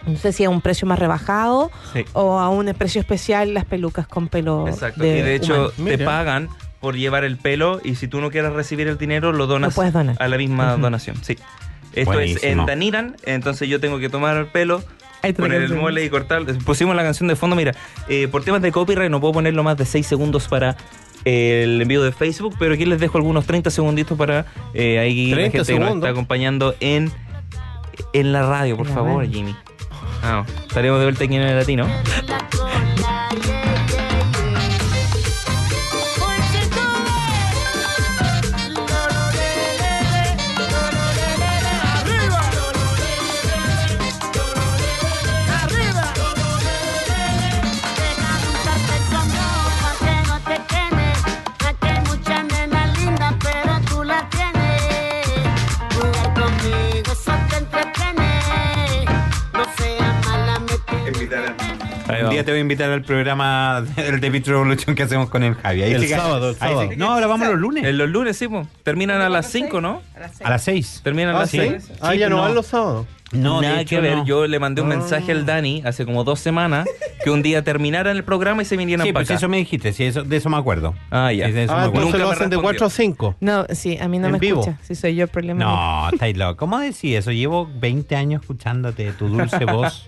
Speaker 3: no sé si a un precio más rebajado
Speaker 2: Sí.
Speaker 3: o a un precio especial las pelucas con pelo.
Speaker 2: Exacto.
Speaker 3: de
Speaker 2: y de hecho,
Speaker 3: humano.
Speaker 2: te
Speaker 5: Mira.
Speaker 2: pagan por llevar el pelo y si tú no quieres recibir el dinero, lo donas
Speaker 3: Lo puedes donar.
Speaker 2: a la misma donación. Sí. Esto es en
Speaker 4: Buenísimo.
Speaker 2: Daniran, entonces yo tengo que tomar el pelo,
Speaker 3: Ahí te
Speaker 2: poner el
Speaker 3: recuerdo.
Speaker 2: mole y cortar. Pusimos la canción de fondo, mira, eh, por temas de copyright no puedo ponerlo más de 6 segundos para eh, el envío de Facebook, pero aquí les dejo algunos 30 segunditos para eh, ahí la
Speaker 5: 30
Speaker 2: gente que nos
Speaker 5: segundos.
Speaker 2: está acompañando en, en la radio, por
Speaker 3: En la
Speaker 2: favor,
Speaker 3: radio.
Speaker 2: Jimmy. Ah, estaremos de vuelta aquí en el latino. Ahí
Speaker 4: Un
Speaker 2: vamos.
Speaker 4: día te voy a invitar al programa del The Beat Revolution que hacemos con el Javi. Ahí
Speaker 5: El
Speaker 4: sí que-
Speaker 5: sábado, el
Speaker 4: ahí sí-
Speaker 5: sábado.
Speaker 4: No, ahora vamos los lunes.
Speaker 2: En los lunes, sí, po. terminan a las 5, ¿no?
Speaker 4: a las seis.
Speaker 2: Terminan a
Speaker 5: ¿Ah,
Speaker 2: las
Speaker 5: sí?
Speaker 2: 6.
Speaker 5: Ah, ya no van los sábados.
Speaker 4: No, de
Speaker 2: Nada
Speaker 4: hecho,
Speaker 2: que ver.
Speaker 4: no.
Speaker 2: Yo le mandé un mensaje al Dani hace como dos semanas que un día terminaran el programa y se vinieran
Speaker 4: Sí,
Speaker 2: para
Speaker 4: pues
Speaker 2: acá.
Speaker 4: eso me dijiste, sí, eso, de eso me acuerdo.
Speaker 2: Ah, ya.
Speaker 4: Sí, de eso
Speaker 5: Ah,
Speaker 4: me acuerdo.
Speaker 5: entonces
Speaker 2: Nunca
Speaker 5: lo
Speaker 2: me
Speaker 5: hacen de
Speaker 2: respondió.
Speaker 5: 4 a 5.
Speaker 3: No, sí, a mí no
Speaker 5: En
Speaker 3: me
Speaker 5: vivo.
Speaker 3: escucha. Si soy yo el problema.
Speaker 4: No, estáis loco. ¿Cómo decís eso? Llevo 20 años escuchándote tu dulce voz.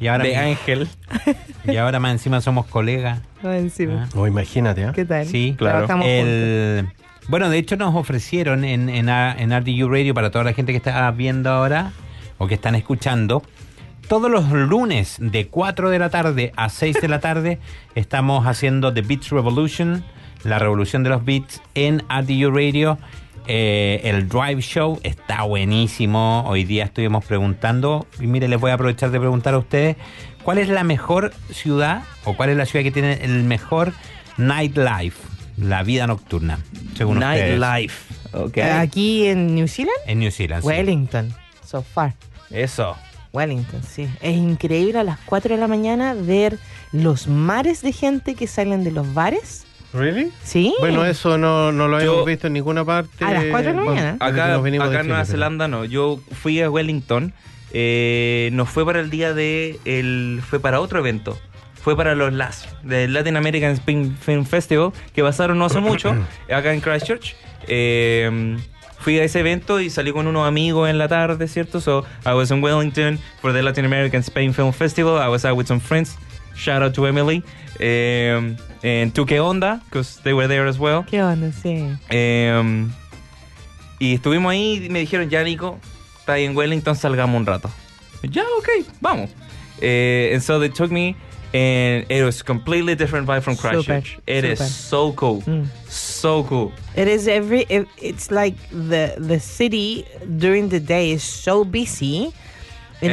Speaker 4: Y ahora,
Speaker 2: De Ángel.
Speaker 4: y ahora más encima somos colegas.
Speaker 3: No, encima.
Speaker 4: Ah,
Speaker 5: No, imagínate, ¿ah?
Speaker 3: ¿Qué tal?
Speaker 4: Sí,
Speaker 2: Claro.
Speaker 3: Trabajamos
Speaker 4: El- bueno, de hecho nos ofrecieron en, en, A- en RDU Radio para toda la gente que está viendo ahora o que están escuchando. Todos los lunes de 4 de la tarde a 6 de la tarde estamos haciendo The Beats Revolution, la revolución de los beats en RDU Radio. Eh, el Drive Show está buenísimo. Hoy día estuvimos preguntando, y mire, les voy a aprovechar de preguntar a ustedes, ¿cuál es la mejor ciudad o cuál es la ciudad que tiene el mejor nightlife, la vida nocturna, según ustedes?
Speaker 2: Nightlife. Ok.
Speaker 3: juntos. Aquí en New Zealand,
Speaker 4: En New Zealand. Ah, sí.
Speaker 3: Wellington, so far.
Speaker 2: Eso.
Speaker 3: Wellington, sí. Es increíble a las 4 de la mañana ver los mares de gente que salen de los bares.
Speaker 5: ¿Really?
Speaker 3: Sí.
Speaker 5: Bueno, eso no, no lo
Speaker 2: Yo-
Speaker 5: hemos visto en ninguna parte.
Speaker 3: A las cuatro de la
Speaker 5: Bueno,
Speaker 3: mañana.
Speaker 5: desde que
Speaker 2: Acá,
Speaker 5: nos venimos de
Speaker 2: acá en
Speaker 5: Chile,
Speaker 2: Nueva
Speaker 5: pero-
Speaker 2: Zelanda no. Yo fui a Wellington. eh, no fue para el día de. El, fue para otro evento. Fue para los LAS, del Latin American Spin- Film Festival, que pasaron no hace mucho, acá en Christchurch. Eh, fui a ese evento y salí con unos amigos en la tarde, ¿cierto? So I was in Wellington for the Latin American Spain Film Festival. I was out with some friends. Shout out to Emily. Um, and Tu Que Onda, because they were there as well.
Speaker 3: ¿Qué onda? Sí.
Speaker 2: Em, y estuvimos ahí y me dijeron, ya Nico, está ahí en Wellington, salgamos un rato. Ya, ok, vamos. Eh, and so they took me and it was completely different vibe from
Speaker 3: Súper,
Speaker 2: Christchurch. It is
Speaker 3: súper.
Speaker 2: so cool.
Speaker 3: Mm.
Speaker 2: So cool.
Speaker 3: It is every. It, it's like the the city during the day is so busy, and,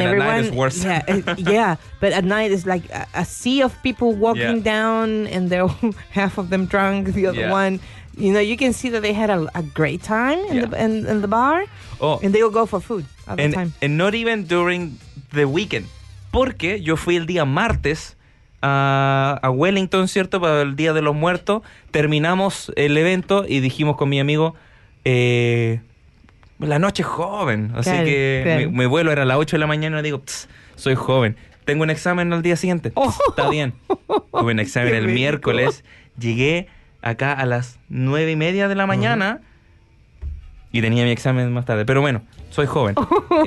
Speaker 2: And at
Speaker 3: everyone.
Speaker 2: night it's worse.
Speaker 3: Yeah, it- yeah, but at night it's like a, a sea of people walking
Speaker 2: Yeah.
Speaker 3: down, and they're half of them drunk, the other
Speaker 2: Yeah.
Speaker 3: one. You know, you can see that they had a, a great time in, the,
Speaker 2: Yeah.
Speaker 3: in, in the bar,
Speaker 2: Oh,
Speaker 3: and they will go for food all the
Speaker 2: and,
Speaker 3: time.
Speaker 2: and not even during the weekend. Porque yo fui el día martes ah, a, a Wellington, ¿cierto? Para el Día de los Muertos. Terminamos el evento y dijimos con mi amigo, eh, la noche es joven. Así
Speaker 3: Claro,
Speaker 2: que
Speaker 3: claro.
Speaker 2: Mi, mi vuelo era a las 8 de la mañana y digo, "Ps, soy joven. Tengo un examen al día siguiente. "Ps, Está bien. Tuve un examen
Speaker 3: Oh. Qué
Speaker 2: el
Speaker 3: rico.
Speaker 2: miércoles. Llegué acá a las nueve y media de la mañana. Y tenía mi examen más tarde. Pero bueno, soy joven.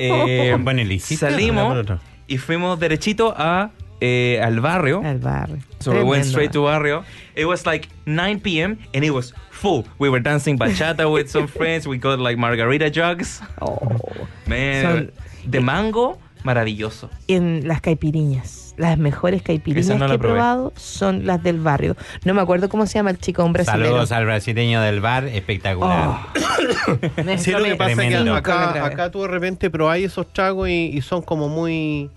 Speaker 2: Eh,
Speaker 4: Bueno, ¿y le hiciste?
Speaker 5: Una por
Speaker 2: salimos
Speaker 5: otra.
Speaker 2: y fuimos derechito a, eh, al barrio.
Speaker 3: Al bar.
Speaker 2: So we went
Speaker 3: Ah, Tremendo.
Speaker 2: straight to barrio. It was like 9 p.m. and it was full. We were dancing bachata with some friends. We got like margarita jugs.
Speaker 3: Oh.
Speaker 2: Man,
Speaker 3: Son-
Speaker 2: de mango, maravilloso.
Speaker 3: en las caipiriñas. Las mejores caipiriñas
Speaker 2: Esa no
Speaker 3: que
Speaker 2: la
Speaker 3: he
Speaker 2: probé.
Speaker 3: probado son las del barrio. No me acuerdo cómo se llama el chico, un brasileño.
Speaker 4: Saludos al brasileño del bar,
Speaker 2: Oh.
Speaker 4: espectacular.
Speaker 5: Sí, lo que pasa es que
Speaker 4: Tremendo.
Speaker 5: acá, acá tú de repente probáis esos tragos y, y son como muy...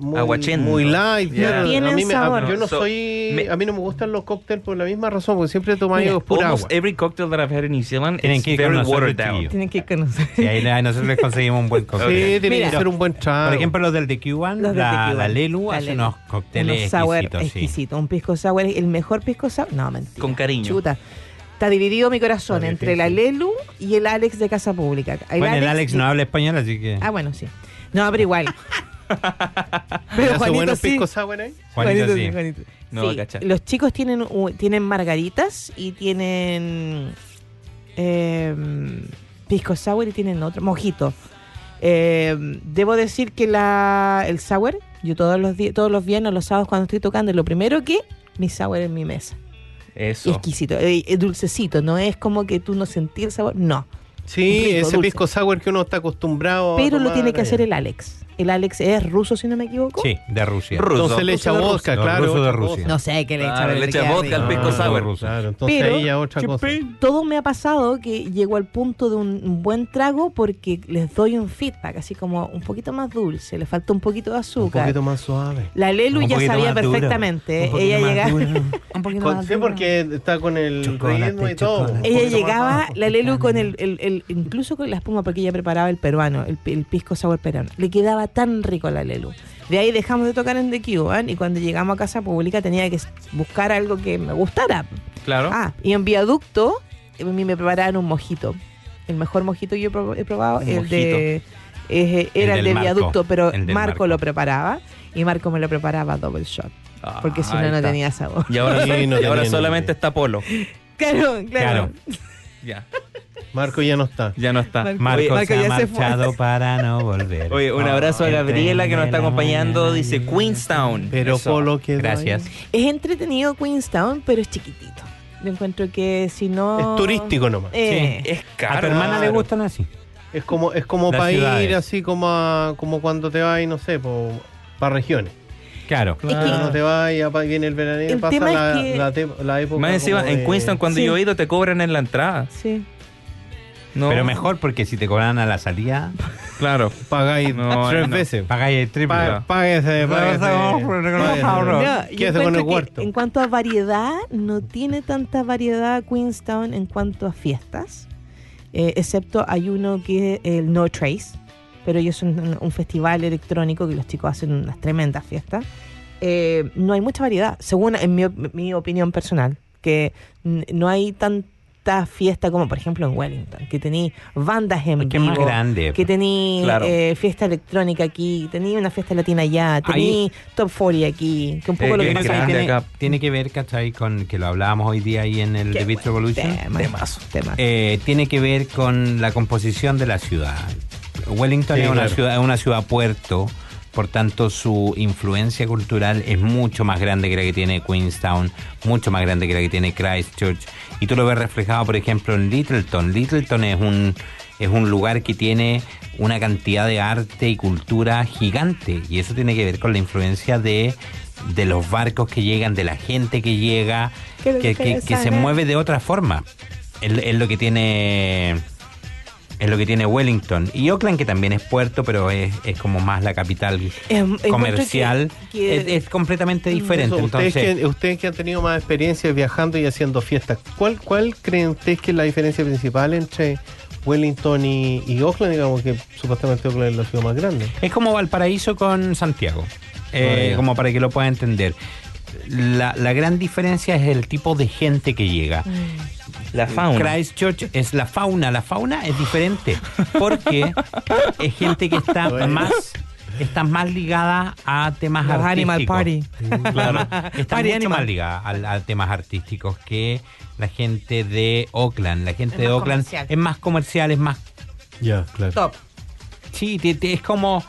Speaker 5: Muy,
Speaker 2: Aguachento.
Speaker 5: muy light.
Speaker 2: Yeah.
Speaker 5: claro.
Speaker 3: Tienen
Speaker 5: a mí me- a-
Speaker 3: sabor.
Speaker 5: yo no
Speaker 2: So,
Speaker 5: soy.
Speaker 2: me-
Speaker 5: a mí no me gustan los cócteles por la misma razón, porque siempre tomáis
Speaker 3: Mira,
Speaker 5: pura
Speaker 2: Almost
Speaker 5: agua.
Speaker 2: every cocktail that I've had in New Zealand
Speaker 4: Tienen
Speaker 2: is
Speaker 4: que ir con
Speaker 2: very
Speaker 4: nosotros,
Speaker 2: watered
Speaker 4: chiquillos.
Speaker 2: down.
Speaker 3: Tienen que conocer.
Speaker 4: Y ahí ahí nosotros les conseguimos un buen
Speaker 5: Sí,
Speaker 4: cóctel.
Speaker 5: tiene
Speaker 3: Mira.
Speaker 5: que ser un buen trago.
Speaker 4: Por ejemplo, los del de Cuban,
Speaker 3: Los del
Speaker 4: la,
Speaker 3: de Cuban.
Speaker 4: la Lelu
Speaker 3: La
Speaker 4: hace
Speaker 3: Lelu.
Speaker 4: unos
Speaker 3: Unos
Speaker 4: cócteles
Speaker 3: sour
Speaker 4: exquisitos. sí.
Speaker 3: exquisito. Un pisco sour, el mejor pisco sour. No, mentira.
Speaker 2: Con cariño.
Speaker 3: Chuta. Está dividido mi corazón
Speaker 4: Está
Speaker 3: entre la
Speaker 4: difícil.
Speaker 3: Lelu y el Alex de Casa Pública. El
Speaker 4: Bueno, el Alex no
Speaker 3: y-
Speaker 4: habla español, así que
Speaker 3: Ah, bueno, sí. No, pero igual. pero
Speaker 5: ¿Hace
Speaker 3: Juanito
Speaker 5: buenos
Speaker 3: sí.
Speaker 5: pisco sour ahí?
Speaker 4: Juanito
Speaker 3: Juanito
Speaker 4: sí.
Speaker 3: sí, Juanito.
Speaker 2: No
Speaker 3: Sí,
Speaker 2: va a cachar.
Speaker 3: Los chicos tienen, u- tienen margaritas y tienen em, pisco sour y tienen otro, mojito. Em, debo decir que la, el sour, yo todos los, di- todos los viernes, los sábados cuando estoy tocando, lo primero que mi sour en mi mesa. Y
Speaker 2: Eso.
Speaker 3: exquisito, eh, es dulcecito, no es como que tú no sentí el sabor, no.
Speaker 5: Sí,
Speaker 3: Rico,
Speaker 5: ese
Speaker 3: dulce.
Speaker 5: pisco sour que uno está acostumbrado a
Speaker 3: Pero lo
Speaker 5: tomar eh.
Speaker 3: tiene que
Speaker 5: allá.
Speaker 3: hacer el Alex. El Alex es ruso, si no me equivoco.
Speaker 4: Sí, de Rusia.
Speaker 2: Ruso.
Speaker 5: Entonces le echa
Speaker 3: Ruso de
Speaker 5: vodka,
Speaker 4: Rusia.
Speaker 5: claro.
Speaker 4: Ruso de
Speaker 5: otra
Speaker 4: Rusia.
Speaker 5: cosa.
Speaker 3: No sé qué le echa.
Speaker 2: Ah,
Speaker 3: pero
Speaker 2: le echa
Speaker 3: queda
Speaker 2: vodka al
Speaker 3: rico.
Speaker 2: pisco
Speaker 4: Ah,
Speaker 2: sour.
Speaker 4: ruso.
Speaker 5: Claro, entonces
Speaker 3: Pero-
Speaker 5: ahí ya otra cosa.
Speaker 3: todo me ha pasado que llego al punto de un buen trago porque les doy un feedback, así como un poquito más dulce, le falta un poquito de
Speaker 5: Un
Speaker 3: azúcar.
Speaker 5: poquito más suave.
Speaker 3: La Lelu
Speaker 4: Un
Speaker 3: ya
Speaker 4: poquito
Speaker 3: sabía
Speaker 4: más duro.
Speaker 3: perfectamente. ¿eh?
Speaker 4: Un poquito
Speaker 3: Ella
Speaker 4: más
Speaker 3: llegaba.
Speaker 4: duro.
Speaker 3: un poquito
Speaker 5: Con-
Speaker 3: más
Speaker 5: sí,
Speaker 3: duro.
Speaker 5: porque está con el
Speaker 4: Chocolate,
Speaker 5: ritmo y todo.
Speaker 4: chocolate.
Speaker 5: Un
Speaker 3: Ella
Speaker 5: poquito más
Speaker 3: llegaba,
Speaker 5: bajo.
Speaker 3: la Lelu, con el, el- el- incluso con la espuma, porque ella preparaba el peruano, el, pi- el pisco sour peruano. Le quedaba tan rico a la Lelu. De ahí dejamos de tocar en The Cuban y cuando llegamos a casa pública tenía que s- buscar algo que me gustara.
Speaker 2: Claro.
Speaker 3: Ah, y en viaducto a mí me preparaban un mojito. El mejor mojito que yo he prob- he probado,
Speaker 2: Un
Speaker 3: el de eh, era
Speaker 4: El
Speaker 3: el
Speaker 4: del
Speaker 3: de
Speaker 4: Marco,
Speaker 3: viaducto, pero
Speaker 4: el
Speaker 3: Marco,
Speaker 4: del Marco.
Speaker 3: lo preparaba y Marco me lo preparaba double shot, Ah, porque si
Speaker 2: Ahí
Speaker 3: no no
Speaker 2: está.
Speaker 3: tenía sabor.
Speaker 2: Y ahora,
Speaker 5: Sí, no
Speaker 2: y ahora
Speaker 5: tenía
Speaker 2: solamente
Speaker 5: ni idea.
Speaker 2: está Polo.
Speaker 3: Claro, claro.
Speaker 4: Claro.
Speaker 2: Ya,
Speaker 5: Marco ya no está.
Speaker 2: ya no está.
Speaker 4: Marco,
Speaker 3: Marco
Speaker 4: se
Speaker 3: ya
Speaker 4: ha
Speaker 3: se fue.
Speaker 4: marchado para no volver.
Speaker 2: Oye, un abrazo a
Speaker 4: Ah, El
Speaker 2: Gabriela que nos está
Speaker 4: tren de la
Speaker 2: acompañando.
Speaker 4: mañana.
Speaker 2: Dice Queenstown.
Speaker 5: Pero
Speaker 2: Eso.
Speaker 5: Polo quedó.
Speaker 4: Gracias.
Speaker 5: ahí.
Speaker 3: Es entretenido Queenstown, pero es chiquitito. Yo encuentro que si no
Speaker 5: Es turístico nomás.
Speaker 3: Eh,
Speaker 2: Es
Speaker 4: A tu
Speaker 2: caro.
Speaker 4: hermana le gustan así.
Speaker 5: Es como, es como
Speaker 4: Las
Speaker 5: para ir
Speaker 4: ciudades.
Speaker 5: así como, a- como cuando te vas, no sé, para regiones.
Speaker 4: Claro.
Speaker 5: Cuando te vas y apa- viene el verano
Speaker 3: El
Speaker 5: pasa
Speaker 3: tema es
Speaker 5: la,
Speaker 3: que-
Speaker 5: la te- la época.
Speaker 2: Más encima,
Speaker 5: como
Speaker 2: en
Speaker 5: de-
Speaker 2: Queenstown, cuando
Speaker 3: Sí.
Speaker 2: yo he ido, te cobran en la entrada.
Speaker 3: Sí.
Speaker 2: No,
Speaker 4: Pero mejor porque si te cobran a la salida,
Speaker 2: Claro.
Speaker 5: Pagáis
Speaker 2: No,
Speaker 5: tres
Speaker 2: no.
Speaker 5: veces.
Speaker 4: pagáis el triple.
Speaker 5: Pa- Páguese, páguese. Páguese.
Speaker 3: No, yo
Speaker 5: Quédese con el
Speaker 3: encuentro que
Speaker 5: huerto.
Speaker 3: en cuanto a variedad, no tiene tanta variedad Queenstown en cuanto a fiestas, eh, excepto hay uno que es el No Trace, pero ellos son un, un festival electrónico que los chicos hacen unas tremendas fiestas. Eh, no hay mucha variedad, según en mi, op- mi opinión personal, que n- no hay tan- tantas fiestas como, por ejemplo, en Wellington, que tení bandas en
Speaker 4: Es que es más
Speaker 3: vivo,
Speaker 4: grande.
Speaker 3: que tení
Speaker 2: Claro.
Speaker 3: eh, fiesta electrónica aquí, tení una fiesta latina allá, tení
Speaker 4: Ahí-
Speaker 3: Top 40 aquí, que un poco
Speaker 4: Eh,
Speaker 3: lo
Speaker 4: yo
Speaker 3: que
Speaker 4: creo que
Speaker 3: pasa
Speaker 2: grande
Speaker 4: tiene,
Speaker 2: acá.
Speaker 4: tiene que ver, ¿cachai? Con que lo hablábamos hoy día ahí en el
Speaker 3: Qué
Speaker 4: The
Speaker 3: buen
Speaker 4: Beat Revolution.
Speaker 3: tema.
Speaker 2: Temazo.
Speaker 3: Temazo.
Speaker 4: Eh, tiene que ver con la composición de la ciudad. Wellington
Speaker 5: Sí,
Speaker 4: es una
Speaker 5: claro.
Speaker 4: ciudad, es una ciudad puerto, por tanto su influencia cultural es mucho más grande que la que tiene Queenstown, mucho más grande que la que tiene Christchurch. Y tú lo ves reflejado, por ejemplo, en Littleton. Littleton es un es un lugar que tiene una cantidad de arte y cultura gigante. Y eso tiene que ver con la influencia de, de los barcos que llegan, de la gente que llega,
Speaker 3: Que lo
Speaker 4: que, que- que se
Speaker 3: interesante.
Speaker 4: mueve de otra forma. Es, es lo que tiene. Es lo que tiene Wellington. Y Oakland, que también es puerto, pero es, es como más la capital
Speaker 3: encuentro
Speaker 4: comercial. eh,
Speaker 3: que- que-
Speaker 4: es, es completamente diferente.
Speaker 5: Eso, ustedes,
Speaker 4: Entonces,
Speaker 5: que, ustedes que han tenido más experiencia viajando y haciendo fiestas, ¿cuál, cuál creen ustedes que es la diferencia principal entre Wellington y, y Auckland? Digamos que supuestamente Auckland es la ciudad más grande.
Speaker 4: Es como Valparaíso con Santiago. Eh,
Speaker 5: Ah, ya.
Speaker 4: como para que lo pueda entender. La, la gran diferencia es el tipo de gente que llega.
Speaker 2: La fauna.
Speaker 4: Christchurch es la fauna. La fauna es diferente porque es gente que está
Speaker 5: Bueno.
Speaker 4: más está más ligada a temas
Speaker 3: Los
Speaker 4: artísticos. Mm,
Speaker 3: Animal Party.
Speaker 4: Claro. Está
Speaker 3: Party
Speaker 4: mucho
Speaker 3: Animal.
Speaker 4: más ligada a, a temas artísticos que la gente de Oakland. La gente
Speaker 3: Es
Speaker 4: de
Speaker 3: más
Speaker 4: Oakland
Speaker 3: comercial.
Speaker 4: es más comercial, es más
Speaker 5: Ya, claro.
Speaker 3: Top.
Speaker 4: Sí, te- te- es como.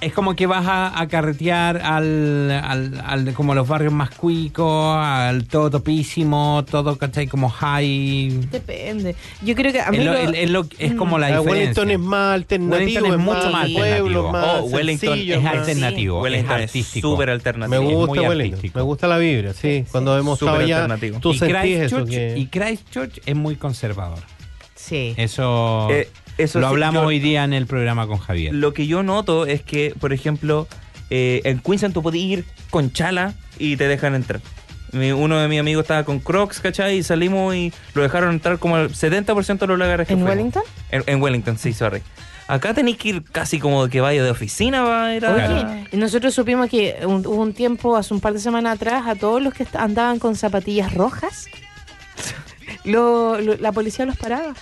Speaker 4: Es como que vas a, a carretear al, al, al- como los barrios más cuicos, al todo topísimo, todo, ¿cachai? Como high.
Speaker 3: Depende. Yo creo que a mí
Speaker 4: Es, lo-
Speaker 3: lo-
Speaker 4: es- es lo- es como la
Speaker 5: Ah,
Speaker 4: diferencia.
Speaker 5: Wellington es más alternativo,
Speaker 4: Wellington es
Speaker 5: es
Speaker 4: mucho
Speaker 5: más
Speaker 4: más
Speaker 5: de pueblo,
Speaker 4: alternativo.
Speaker 5: más
Speaker 2: Oh, Wellington
Speaker 5: sencillo,
Speaker 4: Es
Speaker 5: más-
Speaker 4: alternativo,
Speaker 2: Wellington
Speaker 4: es
Speaker 2: es
Speaker 4: artístico.
Speaker 2: súper
Speaker 5: Me
Speaker 2: alternativo.
Speaker 4: es
Speaker 5: gusta
Speaker 4: muy
Speaker 5: Wellington,
Speaker 4: artístico.
Speaker 5: me gusta la vibra, sí. Cuando hemos estado
Speaker 2: Súper
Speaker 5: allá,
Speaker 2: alternativo.
Speaker 5: tú
Speaker 4: y,
Speaker 5: sentís eso.
Speaker 4: Christchurch,
Speaker 5: Que...
Speaker 4: y Christchurch es muy conservador.
Speaker 3: Sí.
Speaker 4: Eso,
Speaker 2: Eh, eso
Speaker 4: lo
Speaker 2: sí,
Speaker 4: hablamos
Speaker 2: yo-
Speaker 4: hoy día en el programa con Javier.
Speaker 2: Lo que yo noto es que, por ejemplo, eh, en Queensland tú podías ir con chala y te dejan entrar. Mi- uno de mis amigos estaba con Crocs, ¿cachai? Y salimos y lo dejaron entrar como al 70% de los lugares que
Speaker 3: ¿En
Speaker 2: fuimos.
Speaker 3: Wellington?
Speaker 2: En, en Wellington, sí, sorry. Acá tenéis que ir casi como que vaya de oficina va ir a-
Speaker 3: Oye, y nosotros supimos que un- hubo un tiempo, hace un par de semanas atrás, a todos los que est- andaban con zapatillas rojas, lo- lo- la policía los paraba.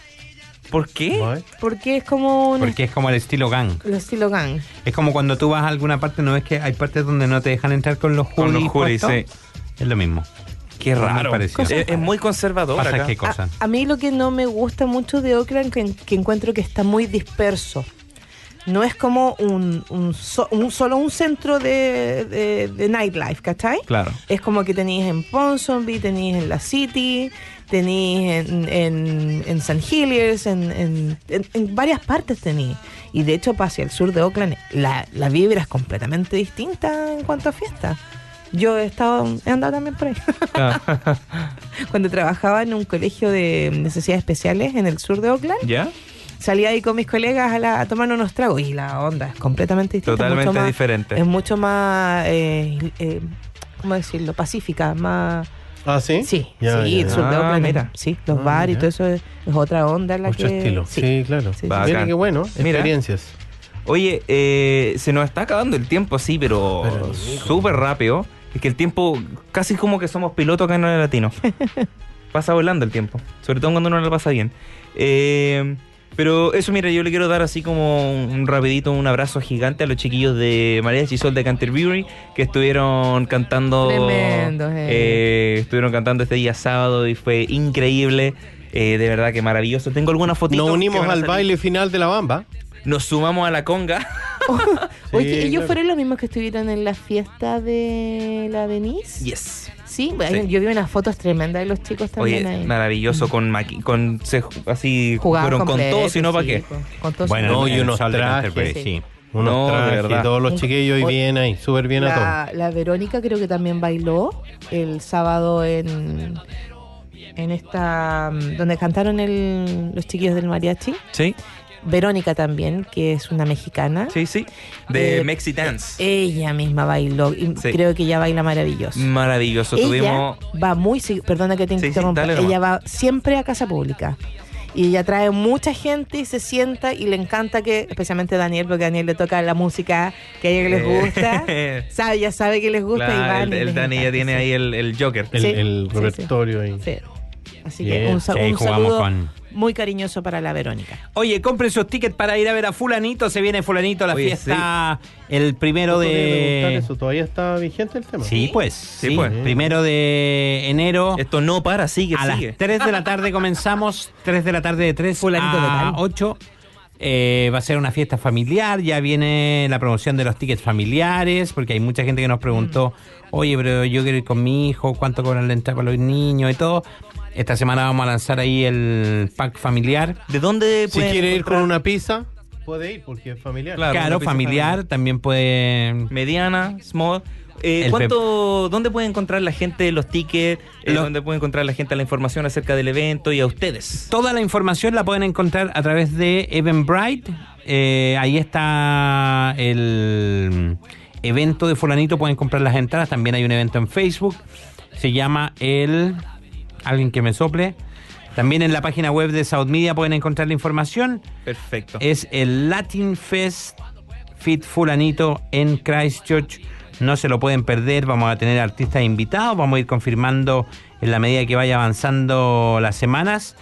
Speaker 2: ¿Por qué?
Speaker 5: Ay,
Speaker 3: Porque es como un
Speaker 4: porque es como el estilo gang.
Speaker 3: lo estilo gang.
Speaker 4: Es como cuando tú vas a alguna parte, no ves que hay partes donde no te dejan entrar con los hoodies.
Speaker 2: Con los hoodies,
Speaker 4: puestos? Es lo mismo.
Speaker 2: Qué raro.
Speaker 4: Muy
Speaker 2: Es,
Speaker 4: parecido.
Speaker 2: es muy conservador
Speaker 4: Pasa
Speaker 2: acá.
Speaker 4: qué cosa.
Speaker 3: A, a mí lo que no Ah, me gusta mucho de Oakland que, que encuentro que está muy disperso. No es como un, un so- un- solo un centro de, de- de nightlife, ¿cachai?
Speaker 4: Claro.
Speaker 3: Es como que tenéis en Ponsonby, tenéis en La City, tenéis en, en, en San Heliers, en, en- en- en varias partes tenéis. Y de hecho, para hacia el sur de Oakland, la, la vibra es completamente distinta en cuanto a fiesta. Yo he estado, he andado también por ahí. Cuando trabajaba en un colegio de necesidades especiales en el sur de Oakland,
Speaker 2: ¿Ya?
Speaker 3: salía ahí con mis colegas a, la- a tomar unos tragos y la onda es completamente distinta.
Speaker 2: Totalmente
Speaker 3: mucho más-
Speaker 2: diferente.
Speaker 3: Es mucho más, eh, eh, ¿cómo decirlo? Pacífica, más...
Speaker 5: Ah, sí.
Speaker 3: Sí,
Speaker 5: Ya,
Speaker 3: sí,
Speaker 5: ya,
Speaker 3: el
Speaker 5: ya.
Speaker 3: sur de
Speaker 2: Ah,
Speaker 3: Oakland,
Speaker 2: mira.
Speaker 3: mira, sí, los
Speaker 5: Ah,
Speaker 3: bares y
Speaker 5: ya.
Speaker 3: todo eso es, es otra onda en la
Speaker 5: Mucho
Speaker 3: que...
Speaker 5: estilo. Sí,
Speaker 3: sí.
Speaker 5: claro.
Speaker 3: Sí, sí.
Speaker 2: Bacán.
Speaker 5: Mira qué bueno.
Speaker 2: Mira.
Speaker 5: Experiencias.
Speaker 2: Oye, eh, se nos está acabando el tiempo así, pero
Speaker 5: Pero,
Speaker 2: súper rápido. Es que el tiempo, casi como que somos pilotos acá en el latino. pasa volando el tiempo, sobre todo cuando uno lo pasa bien. Eh, pero eso, mira, yo le quiero dar así como un rapidito, un abrazo gigante a los chiquillos de María Chisol de Canterbury que estuvieron cantando...
Speaker 3: Tremendos, eh.
Speaker 2: eh, estuvieron cantando este día sábado y fue increíble. Eh, de verdad que maravilloso. Tengo algunas fotitos.
Speaker 5: Nos
Speaker 2: que
Speaker 5: unimos
Speaker 2: van a
Speaker 5: al
Speaker 2: salir.
Speaker 5: baile final de la bamba.
Speaker 2: Nos sumamos a la conga.
Speaker 3: Oye,
Speaker 5: Sí,
Speaker 3: ellos
Speaker 5: claro.
Speaker 3: fueron los mismos que estuvieron en la fiesta de la Denise.
Speaker 2: Yes.
Speaker 3: Sí, bueno,
Speaker 2: Sí.
Speaker 3: yo vi unas fotos tremendas de los chicos también
Speaker 2: Oye,
Speaker 3: ahí.
Speaker 2: maravilloso con maqui- con se- así fueron con
Speaker 3: completo,
Speaker 2: todo, si no para
Speaker 3: pues sí,
Speaker 2: qué.
Speaker 3: Con todo,
Speaker 4: Bueno,
Speaker 3: si
Speaker 5: No,
Speaker 4: el-
Speaker 5: y
Speaker 4: el
Speaker 5: unos
Speaker 4: sol de
Speaker 5: trajes.
Speaker 4: Canterbury,
Speaker 3: Sí.
Speaker 4: sí.
Speaker 5: Unos
Speaker 2: No, de
Speaker 5: trajes,
Speaker 2: verdad.
Speaker 5: todos los
Speaker 3: Un-
Speaker 5: chiquillos y
Speaker 3: o-
Speaker 5: bien ahí, súper bien a todos.
Speaker 3: la, la Verónica creo que también bailó el sábado en en esta mm, donde cantaron el- los chiquillos del mariachi.
Speaker 2: Sí,
Speaker 3: Verónica también, que es una mexicana.
Speaker 2: sí, sí. De
Speaker 3: ¿Ah? Eh,
Speaker 2: Mexi Dance.
Speaker 3: Ella misma bailó y
Speaker 2: Sí.
Speaker 3: creo que ella baila maravilloso.
Speaker 2: maravilloso.
Speaker 3: Ella
Speaker 2: Tuvimos
Speaker 3: va muy, sig- perdona que te
Speaker 2: Sí, sí,
Speaker 3: interrumpa,
Speaker 2: dale nomás.
Speaker 3: ella va siempre a casa pública. Y ella trae mucha gente y se sienta y le encanta que, especialmente Daniel, porque a Daniel le toca la música que a ella les
Speaker 2: Eh,
Speaker 3: gusta. sabe, ya sabe que les gusta y
Speaker 2: claro,
Speaker 3: van.
Speaker 2: el,
Speaker 3: y
Speaker 2: el
Speaker 3: les
Speaker 2: Dani ya
Speaker 3: encanta,
Speaker 2: tiene
Speaker 3: sí.
Speaker 2: ahí el, el Joker.
Speaker 5: El,
Speaker 3: Sí,
Speaker 5: el
Speaker 3: sí,
Speaker 5: repertorio ahí.
Speaker 3: Sí. Así
Speaker 5: Bien.
Speaker 3: que un, sa-
Speaker 4: Sí,
Speaker 3: un
Speaker 4: jugamos
Speaker 3: saludo
Speaker 4: con-
Speaker 3: muy cariñoso para la Verónica.
Speaker 4: Oye, compren sus tickets para ir a ver a Fulanito. Se viene Fulanito a la
Speaker 2: Oye,
Speaker 4: fiesta el primero
Speaker 5: Yo quería preguntar
Speaker 4: de.
Speaker 5: eso, ¿Todavía está vigente el tema?
Speaker 4: Sí, pues.
Speaker 2: Sí,
Speaker 4: sí.
Speaker 2: pues.
Speaker 4: Primero de enero.
Speaker 2: Esto no para, sigue,
Speaker 4: a
Speaker 2: sigue.
Speaker 4: las 3 de la tarde comenzamos. 3 de la tarde de 3
Speaker 2: Fulanito de
Speaker 4: a
Speaker 2: tal.
Speaker 4: 8. Eh, va a ser una fiesta familiar. Ya viene la promoción de los tickets familiares. Porque hay mucha gente que nos preguntó:
Speaker 2: Mm.
Speaker 4: Oye, pero yo quiero ir con mi hijo. ¿Cuánto cobran la entrada para los niños y todo? Esta semana vamos a lanzar ahí el pack familiar.
Speaker 2: ¿De dónde
Speaker 5: Si
Speaker 2: pueden
Speaker 5: quiere ir con
Speaker 2: encontrar?
Speaker 5: una pizza, puede ir porque es familiar.
Speaker 2: Claro, una
Speaker 4: Claro,
Speaker 2: pizza
Speaker 4: familiar.
Speaker 2: familiar.
Speaker 4: También puede.
Speaker 2: mediana, small. Eh,
Speaker 4: El
Speaker 2: ¿cuánto, ¿Dónde puede encontrar la gente los tickets? Eh,
Speaker 4: Lo-
Speaker 2: ¿Dónde puede encontrar la gente la información acerca del evento y a ustedes?
Speaker 4: Toda la información la pueden encontrar a través de Eventbrite. Eh, ahí está el evento de Fulanito. Pueden comprar las entradas. También hay un evento en Facebook. Se llama el. Alguien que me sople. También en la página web de South Media pueden encontrar la información.
Speaker 2: Perfecto.
Speaker 4: Es el Latin Fest Fit Fulanito en Christchurch. No se lo pueden perder. Vamos a tener artistas invitados. Vamos a ir confirmando en la medida que vaya avanzando las semanas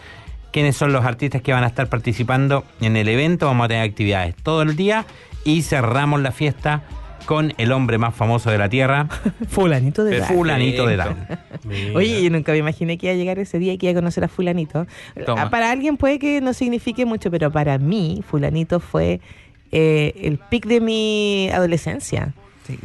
Speaker 4: quiénes son los artistas que van a estar participando en el evento. Vamos a tener actividades todo el día y cerramos la fiesta con el hombre más famoso de la tierra,
Speaker 3: Fulanito de
Speaker 2: Perfecto.
Speaker 4: Fulanito de Tal.
Speaker 5: Mira.
Speaker 3: Oye, yo nunca me imaginé que iba a llegar ese día y que iba a conocer a fulanito.
Speaker 4: Toma.
Speaker 3: Ah, Para alguien puede que no signifique mucho, pero para mí fulanito fue eh, el pic de mi adolescencia.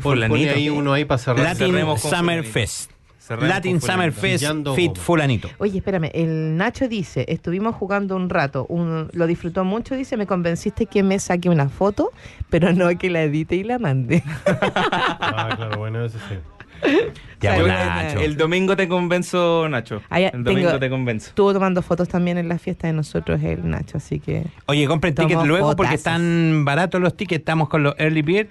Speaker 5: Pon- Pone ahí
Speaker 2: Fulanito.
Speaker 5: uno ahí para cerrar.
Speaker 4: Latin
Speaker 2: Cerremos con
Speaker 4: Summer
Speaker 2: Fulanito.
Speaker 4: Fest.
Speaker 2: Cerremos
Speaker 4: Latin
Speaker 2: con
Speaker 4: Summer
Speaker 2: Fulanito.
Speaker 4: Fest
Speaker 5: Pillando
Speaker 4: Fit
Speaker 5: goma.
Speaker 4: Fulanito.
Speaker 3: Oye, espérame, el Nacho dice, estuvimos jugando un rato, un- lo disfrutó mucho, dice, me convenciste que me saque una foto, pero no que la edite y la mande.
Speaker 5: Ah, claro, bueno, eso sí.
Speaker 4: Ya,
Speaker 3: Yo-
Speaker 4: Nacho.
Speaker 2: El domingo te convenzo, Nacho.
Speaker 3: Ah, ya,
Speaker 2: el domingo
Speaker 3: tengo-
Speaker 2: te convenzo.
Speaker 3: Estuvo tomando fotos también en la fiesta de nosotros el Nacho, así que...
Speaker 4: Oye, compren
Speaker 3: Tomo
Speaker 4: tickets luego porque
Speaker 3: fotazos.
Speaker 4: están baratos los tickets. Estamos con los early bird.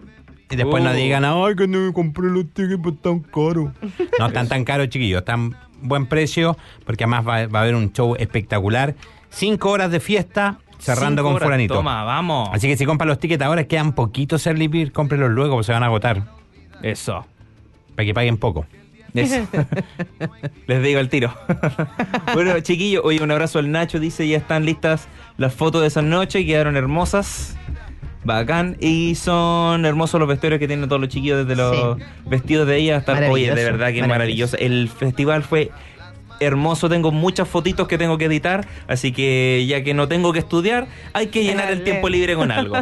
Speaker 4: Y después
Speaker 2: Oh.
Speaker 4: nos digan, ay, que no me compré los tickets, pues tan caro. No están tan caros, chiquillos. Están buen precio porque además va, va a haber un show espectacular. Cinco horas de fiesta cerrando
Speaker 2: Cinco
Speaker 4: con
Speaker 2: horas.
Speaker 4: Fulanito.
Speaker 2: Toma, vamos.
Speaker 4: Así que si compran los tickets ahora, quedan poquitos early bird. Cómprenlos luego, pues se van a agotar.
Speaker 2: Eso.
Speaker 4: Para que paguen poco.
Speaker 2: Eso. Les digo el tiro. bueno, chiquillos, oye, un abrazo al Nacho. Dice, ya están listas las fotos de esa noche. Quedaron hermosas. Bacán. Y son hermosos los vestuarios que tienen todos los chiquillos, desde los
Speaker 3: Sí.
Speaker 2: vestidos de ella hasta... Oye, de
Speaker 3: Maravilloso,
Speaker 2: verdad que maravilloso.
Speaker 3: maravilloso.
Speaker 2: El festival fue hermoso. Tengo muchas fotitos que tengo que editar. Así que ya que no tengo que estudiar, hay que llenar el
Speaker 3: Dale.
Speaker 2: tiempo libre con algo.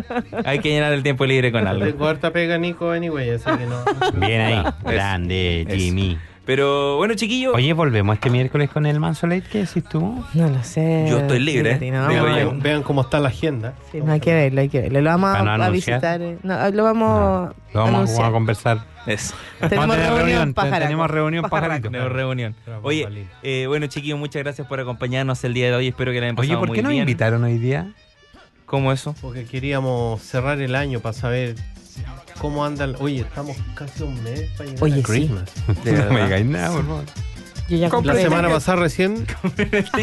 Speaker 2: hay que llenar el tiempo libre con algo.
Speaker 5: Tengo harta pega, Nico, anyway, así que no.
Speaker 4: Bien ahí.
Speaker 2: Claro, es-
Speaker 4: Grande,
Speaker 2: es.
Speaker 4: Jimmy.
Speaker 2: Pero bueno, chiquillos...
Speaker 4: Oye, volvemos este miércoles con el Manso Late. ¿Qué decís tú?
Speaker 3: No lo sé.
Speaker 2: Yo estoy libre,
Speaker 3: Fíjate, no,
Speaker 2: digo
Speaker 3: no,
Speaker 2: yo.
Speaker 3: no.
Speaker 5: Vean, vean cómo está la agenda.
Speaker 3: Sí, no hay que verlo, hay que verlo. Lo vamos
Speaker 4: Para no
Speaker 3: a, a
Speaker 4: anunciar.
Speaker 3: visitar. eh. No, lo vamos a
Speaker 4: Lo vamos, a
Speaker 3: anunciar.
Speaker 4: conversar.
Speaker 2: Eso.
Speaker 4: Vamos
Speaker 3: Tenemos
Speaker 4: a tener
Speaker 3: reunión, pájaro.
Speaker 4: Tenemos reunión pajarito.
Speaker 2: Tenemos reunión.
Speaker 5: Bravo,
Speaker 2: Oye,
Speaker 5: Palín.
Speaker 2: eh, bueno, chiquillos, muchas gracias por acompañarnos el día de hoy. Espero que la hayan pasado
Speaker 4: Oye, ¿por
Speaker 2: muy
Speaker 4: qué nos
Speaker 2: bien.
Speaker 4: invitaron hoy día?
Speaker 2: ¿Cómo eso?
Speaker 5: Porque queríamos cerrar el año para saber cómo andan. Oye, estamos casi a un mes para llegar
Speaker 3: Oye,
Speaker 5: a
Speaker 3: sí.
Speaker 5: Christmas.
Speaker 2: De verdad.
Speaker 4: digáis nada, por favor.
Speaker 3: Yo ya
Speaker 5: La
Speaker 3: compré.
Speaker 5: semana pasada recién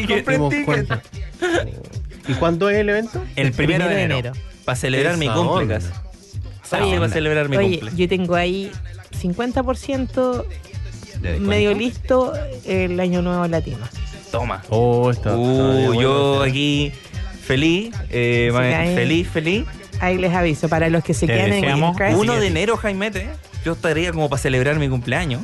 Speaker 5: dimos cuenta. ¿Y cuándo es el evento?
Speaker 4: El primero de enero.
Speaker 2: Para celebrar mi
Speaker 5: Esa
Speaker 2: cumple,
Speaker 5: onda.
Speaker 2: casi. Oye, para celebrar mi
Speaker 3: Oye,
Speaker 2: cumple.
Speaker 3: yo tengo ahí 50%
Speaker 4: ¿De
Speaker 3: medio listo el año nuevo latino.
Speaker 2: Toma.
Speaker 5: Oh, está.
Speaker 2: Uh, yo aquí feliz, eh,
Speaker 3: Sí,
Speaker 2: ma-
Speaker 3: ahí.
Speaker 2: feliz, feliz.
Speaker 3: Ahí les aviso, para los que se
Speaker 4: Te
Speaker 3: quedan
Speaker 4: deseamos
Speaker 3: en Christchurch,
Speaker 2: 1 de enero, Jaimete. Yo estaría como para celebrar mi cumpleaños.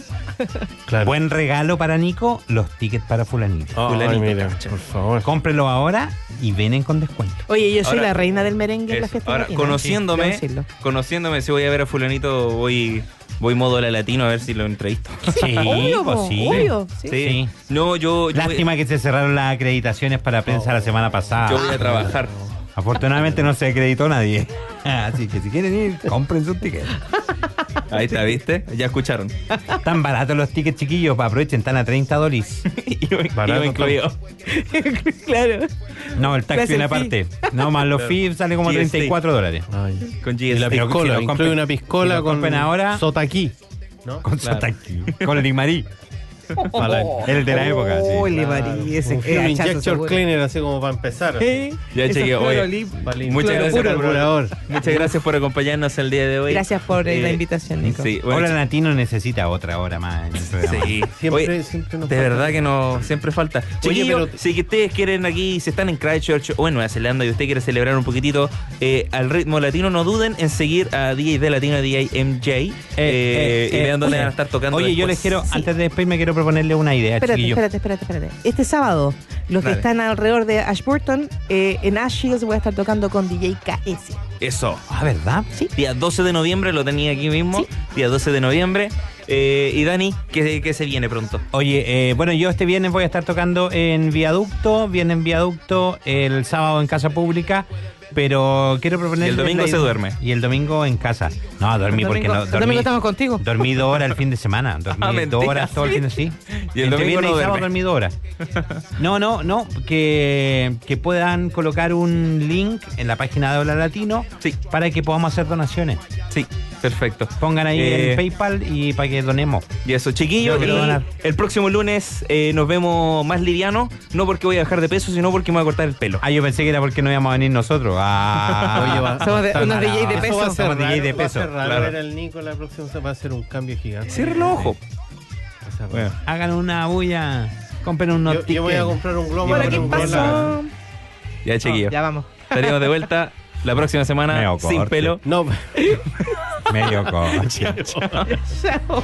Speaker 5: Claro.
Speaker 4: Buen regalo para Nico, los tickets para fulanito.
Speaker 5: Ay,
Speaker 2: fulanito,
Speaker 5: mira,
Speaker 2: cacha.
Speaker 5: por favor.
Speaker 4: Cómprelo ahora y vienen con descuento.
Speaker 3: Oye, yo soy
Speaker 2: Ahora-
Speaker 3: la reina del merengue en la
Speaker 2: Eso.
Speaker 3: fiesta
Speaker 2: Ahora,
Speaker 3: latina. Sí,
Speaker 2: conociéndome,
Speaker 3: debo decirlo.
Speaker 2: conociéndome, si voy a ver a fulanito, voy, voy modo la latino a ver si lo entrevisto.
Speaker 4: Sí,
Speaker 3: obvio,
Speaker 4: pues
Speaker 3: po,
Speaker 4: sí.
Speaker 3: obvio, sí.
Speaker 4: Sí.
Speaker 2: No, yo... yo-
Speaker 4: Lástima que se cerraron las acreditaciones para prensa la semana pasada.
Speaker 2: Yo voy a trabajar.
Speaker 4: Afortunadamente no se acreditó nadie. Así que si quieren ir, compren sus tickets.
Speaker 2: Ahí está, ¿viste? Ya escucharon.
Speaker 4: Están baratos los tickets, chiquillos. Aprovechen, están a 30 dólares.
Speaker 2: Iba, iba
Speaker 4: Barato
Speaker 2: incluido.
Speaker 3: claro.
Speaker 4: No, el taxi
Speaker 3: Gracias,
Speaker 4: viene
Speaker 3: Fi.
Speaker 4: aparte. No, más los FIB sale como
Speaker 2: GST.
Speaker 4: 34 dólares.
Speaker 5: Ay.
Speaker 2: Con
Speaker 5: Y la
Speaker 2: GST.
Speaker 4: pero si
Speaker 5: piscola,
Speaker 4: lo
Speaker 5: incluye
Speaker 4: compren- si
Speaker 5: una piscola
Speaker 4: lo
Speaker 5: con
Speaker 4: compren ahora-
Speaker 5: sotaquí. ¿no?
Speaker 4: Con Oh,
Speaker 2: Claro.
Speaker 4: Sotaki, con el Igmarí.
Speaker 7: El de la época, sí.
Speaker 3: Uy, le
Speaker 5: Claro,
Speaker 3: parece.
Speaker 5: un
Speaker 3: eh, hachazo
Speaker 5: Injector
Speaker 3: seguro.
Speaker 5: Cleaner, así como para empezar.
Speaker 7: Eh,
Speaker 2: Ya
Speaker 7: eso
Speaker 2: chequeé,
Speaker 7: fue
Speaker 2: oye.
Speaker 7: lo lim-
Speaker 5: Para limpiar
Speaker 2: Muchas
Speaker 5: el
Speaker 2: gracias
Speaker 5: puro
Speaker 2: por-
Speaker 5: carburador.
Speaker 2: Muchas gracias por acompañarnos el día de hoy.
Speaker 3: Gracias por eh, la invitación, Nico.
Speaker 2: Sí, bueno,
Speaker 4: Hola Latino necesita otra hora más en el programa.
Speaker 2: Sí.
Speaker 5: Siempre,
Speaker 2: Oye,
Speaker 5: siempre nos
Speaker 2: de
Speaker 5: falta.
Speaker 2: verdad que no siempre falta. Chiquillos,
Speaker 5: pero-
Speaker 2: si que ustedes quieren aquí, si están en Christchurch o en Nueva Zelanda y usted quiere celebrar un poquitito eh, al ritmo latino, no duden en seguir a DJ de Latino, DJ MJ. Eh,
Speaker 4: eh,
Speaker 2: y
Speaker 4: eh,
Speaker 2: vean dónde
Speaker 4: oye.
Speaker 2: van a estar tocando.
Speaker 4: Oye,
Speaker 2: después.
Speaker 4: yo les quiero, antes de despedirme, quiero proponerle una idea,
Speaker 3: Espérate,
Speaker 4: chiquillos.
Speaker 3: espérate, espérate, espérate. Este sábado, los
Speaker 2: Dale.
Speaker 3: que están alrededor de Ashburton, eh, en Ash Shields voy a estar tocando con DJ KS.
Speaker 2: Eso.
Speaker 4: Ah, ¿verdad?
Speaker 3: Sí.
Speaker 2: Día 12 de noviembre, lo tenía aquí mismo.
Speaker 3: Sí.
Speaker 2: Día 12 de noviembre. Eh, y Dani, que, que se viene pronto.
Speaker 4: Oye, eh, bueno, yo este viernes voy a estar tocando en Viaducto, viene en Viaducto, el sábado en Casa Pública, pero quiero proponer...
Speaker 2: Y el domingo se duerme.
Speaker 4: Y el domingo en casa. No, dormí
Speaker 3: El
Speaker 4: porque
Speaker 3: domingo-
Speaker 4: no...
Speaker 3: el
Speaker 4: dormí-
Speaker 3: domingo estamos contigo.
Speaker 4: Dormí dos horas el fin de semana. Dormí
Speaker 2: Ah,
Speaker 4: dos
Speaker 2: mentira,
Speaker 4: horas todo el
Speaker 2: ¿sí?
Speaker 4: fin de semana.
Speaker 2: Y el domingo no duerme.
Speaker 4: dormí dos horas. No, no, no, que, que puedan colocar un link en la página de Hola Latino
Speaker 2: Sí.
Speaker 4: para que podamos hacer donaciones.
Speaker 2: Sí, perfecto.
Speaker 4: Pongan ahí
Speaker 2: Eh,
Speaker 4: el PayPal y para que donemos.
Speaker 2: Y eso, chiquillos.
Speaker 4: Yo quiero
Speaker 2: y
Speaker 4: donar.
Speaker 2: El próximo lunes eh, nos vemos más liviano. No porque voy a bajar de peso, sino porque me voy a cortar el pelo.
Speaker 4: Ah, yo pensé que era porque no íbamos a venir nosotros. Ah,
Speaker 5: Oye, va-
Speaker 3: Somos de-
Speaker 4: está
Speaker 3: unos
Speaker 4: mala.
Speaker 3: DJ de
Speaker 5: Eso va a
Speaker 3: peso.
Speaker 5: ser
Speaker 4: Somos
Speaker 5: raro,
Speaker 4: DJ de
Speaker 5: va a
Speaker 4: peso,
Speaker 5: ser raro
Speaker 2: claro.
Speaker 5: ver al Nico la próxima semana. Va a ser un cambio gigante.
Speaker 2: Cierra los ojos.
Speaker 5: Va a ser raro.
Speaker 4: Hagan una bulla. Compren un
Speaker 5: Yo, yo voy a
Speaker 4: tickets.
Speaker 5: comprar un globo.
Speaker 4: Bueno, ¿qué
Speaker 5: un globo.
Speaker 4: pasó?
Speaker 2: Ya,
Speaker 3: No,
Speaker 2: chiquillos.
Speaker 3: ya vamos.
Speaker 2: Estaremos de vuelta la próxima semana
Speaker 4: Medio
Speaker 2: sin
Speaker 4: corte.
Speaker 2: pelo.
Speaker 5: No,
Speaker 4: Medio coche.
Speaker 3: Chao.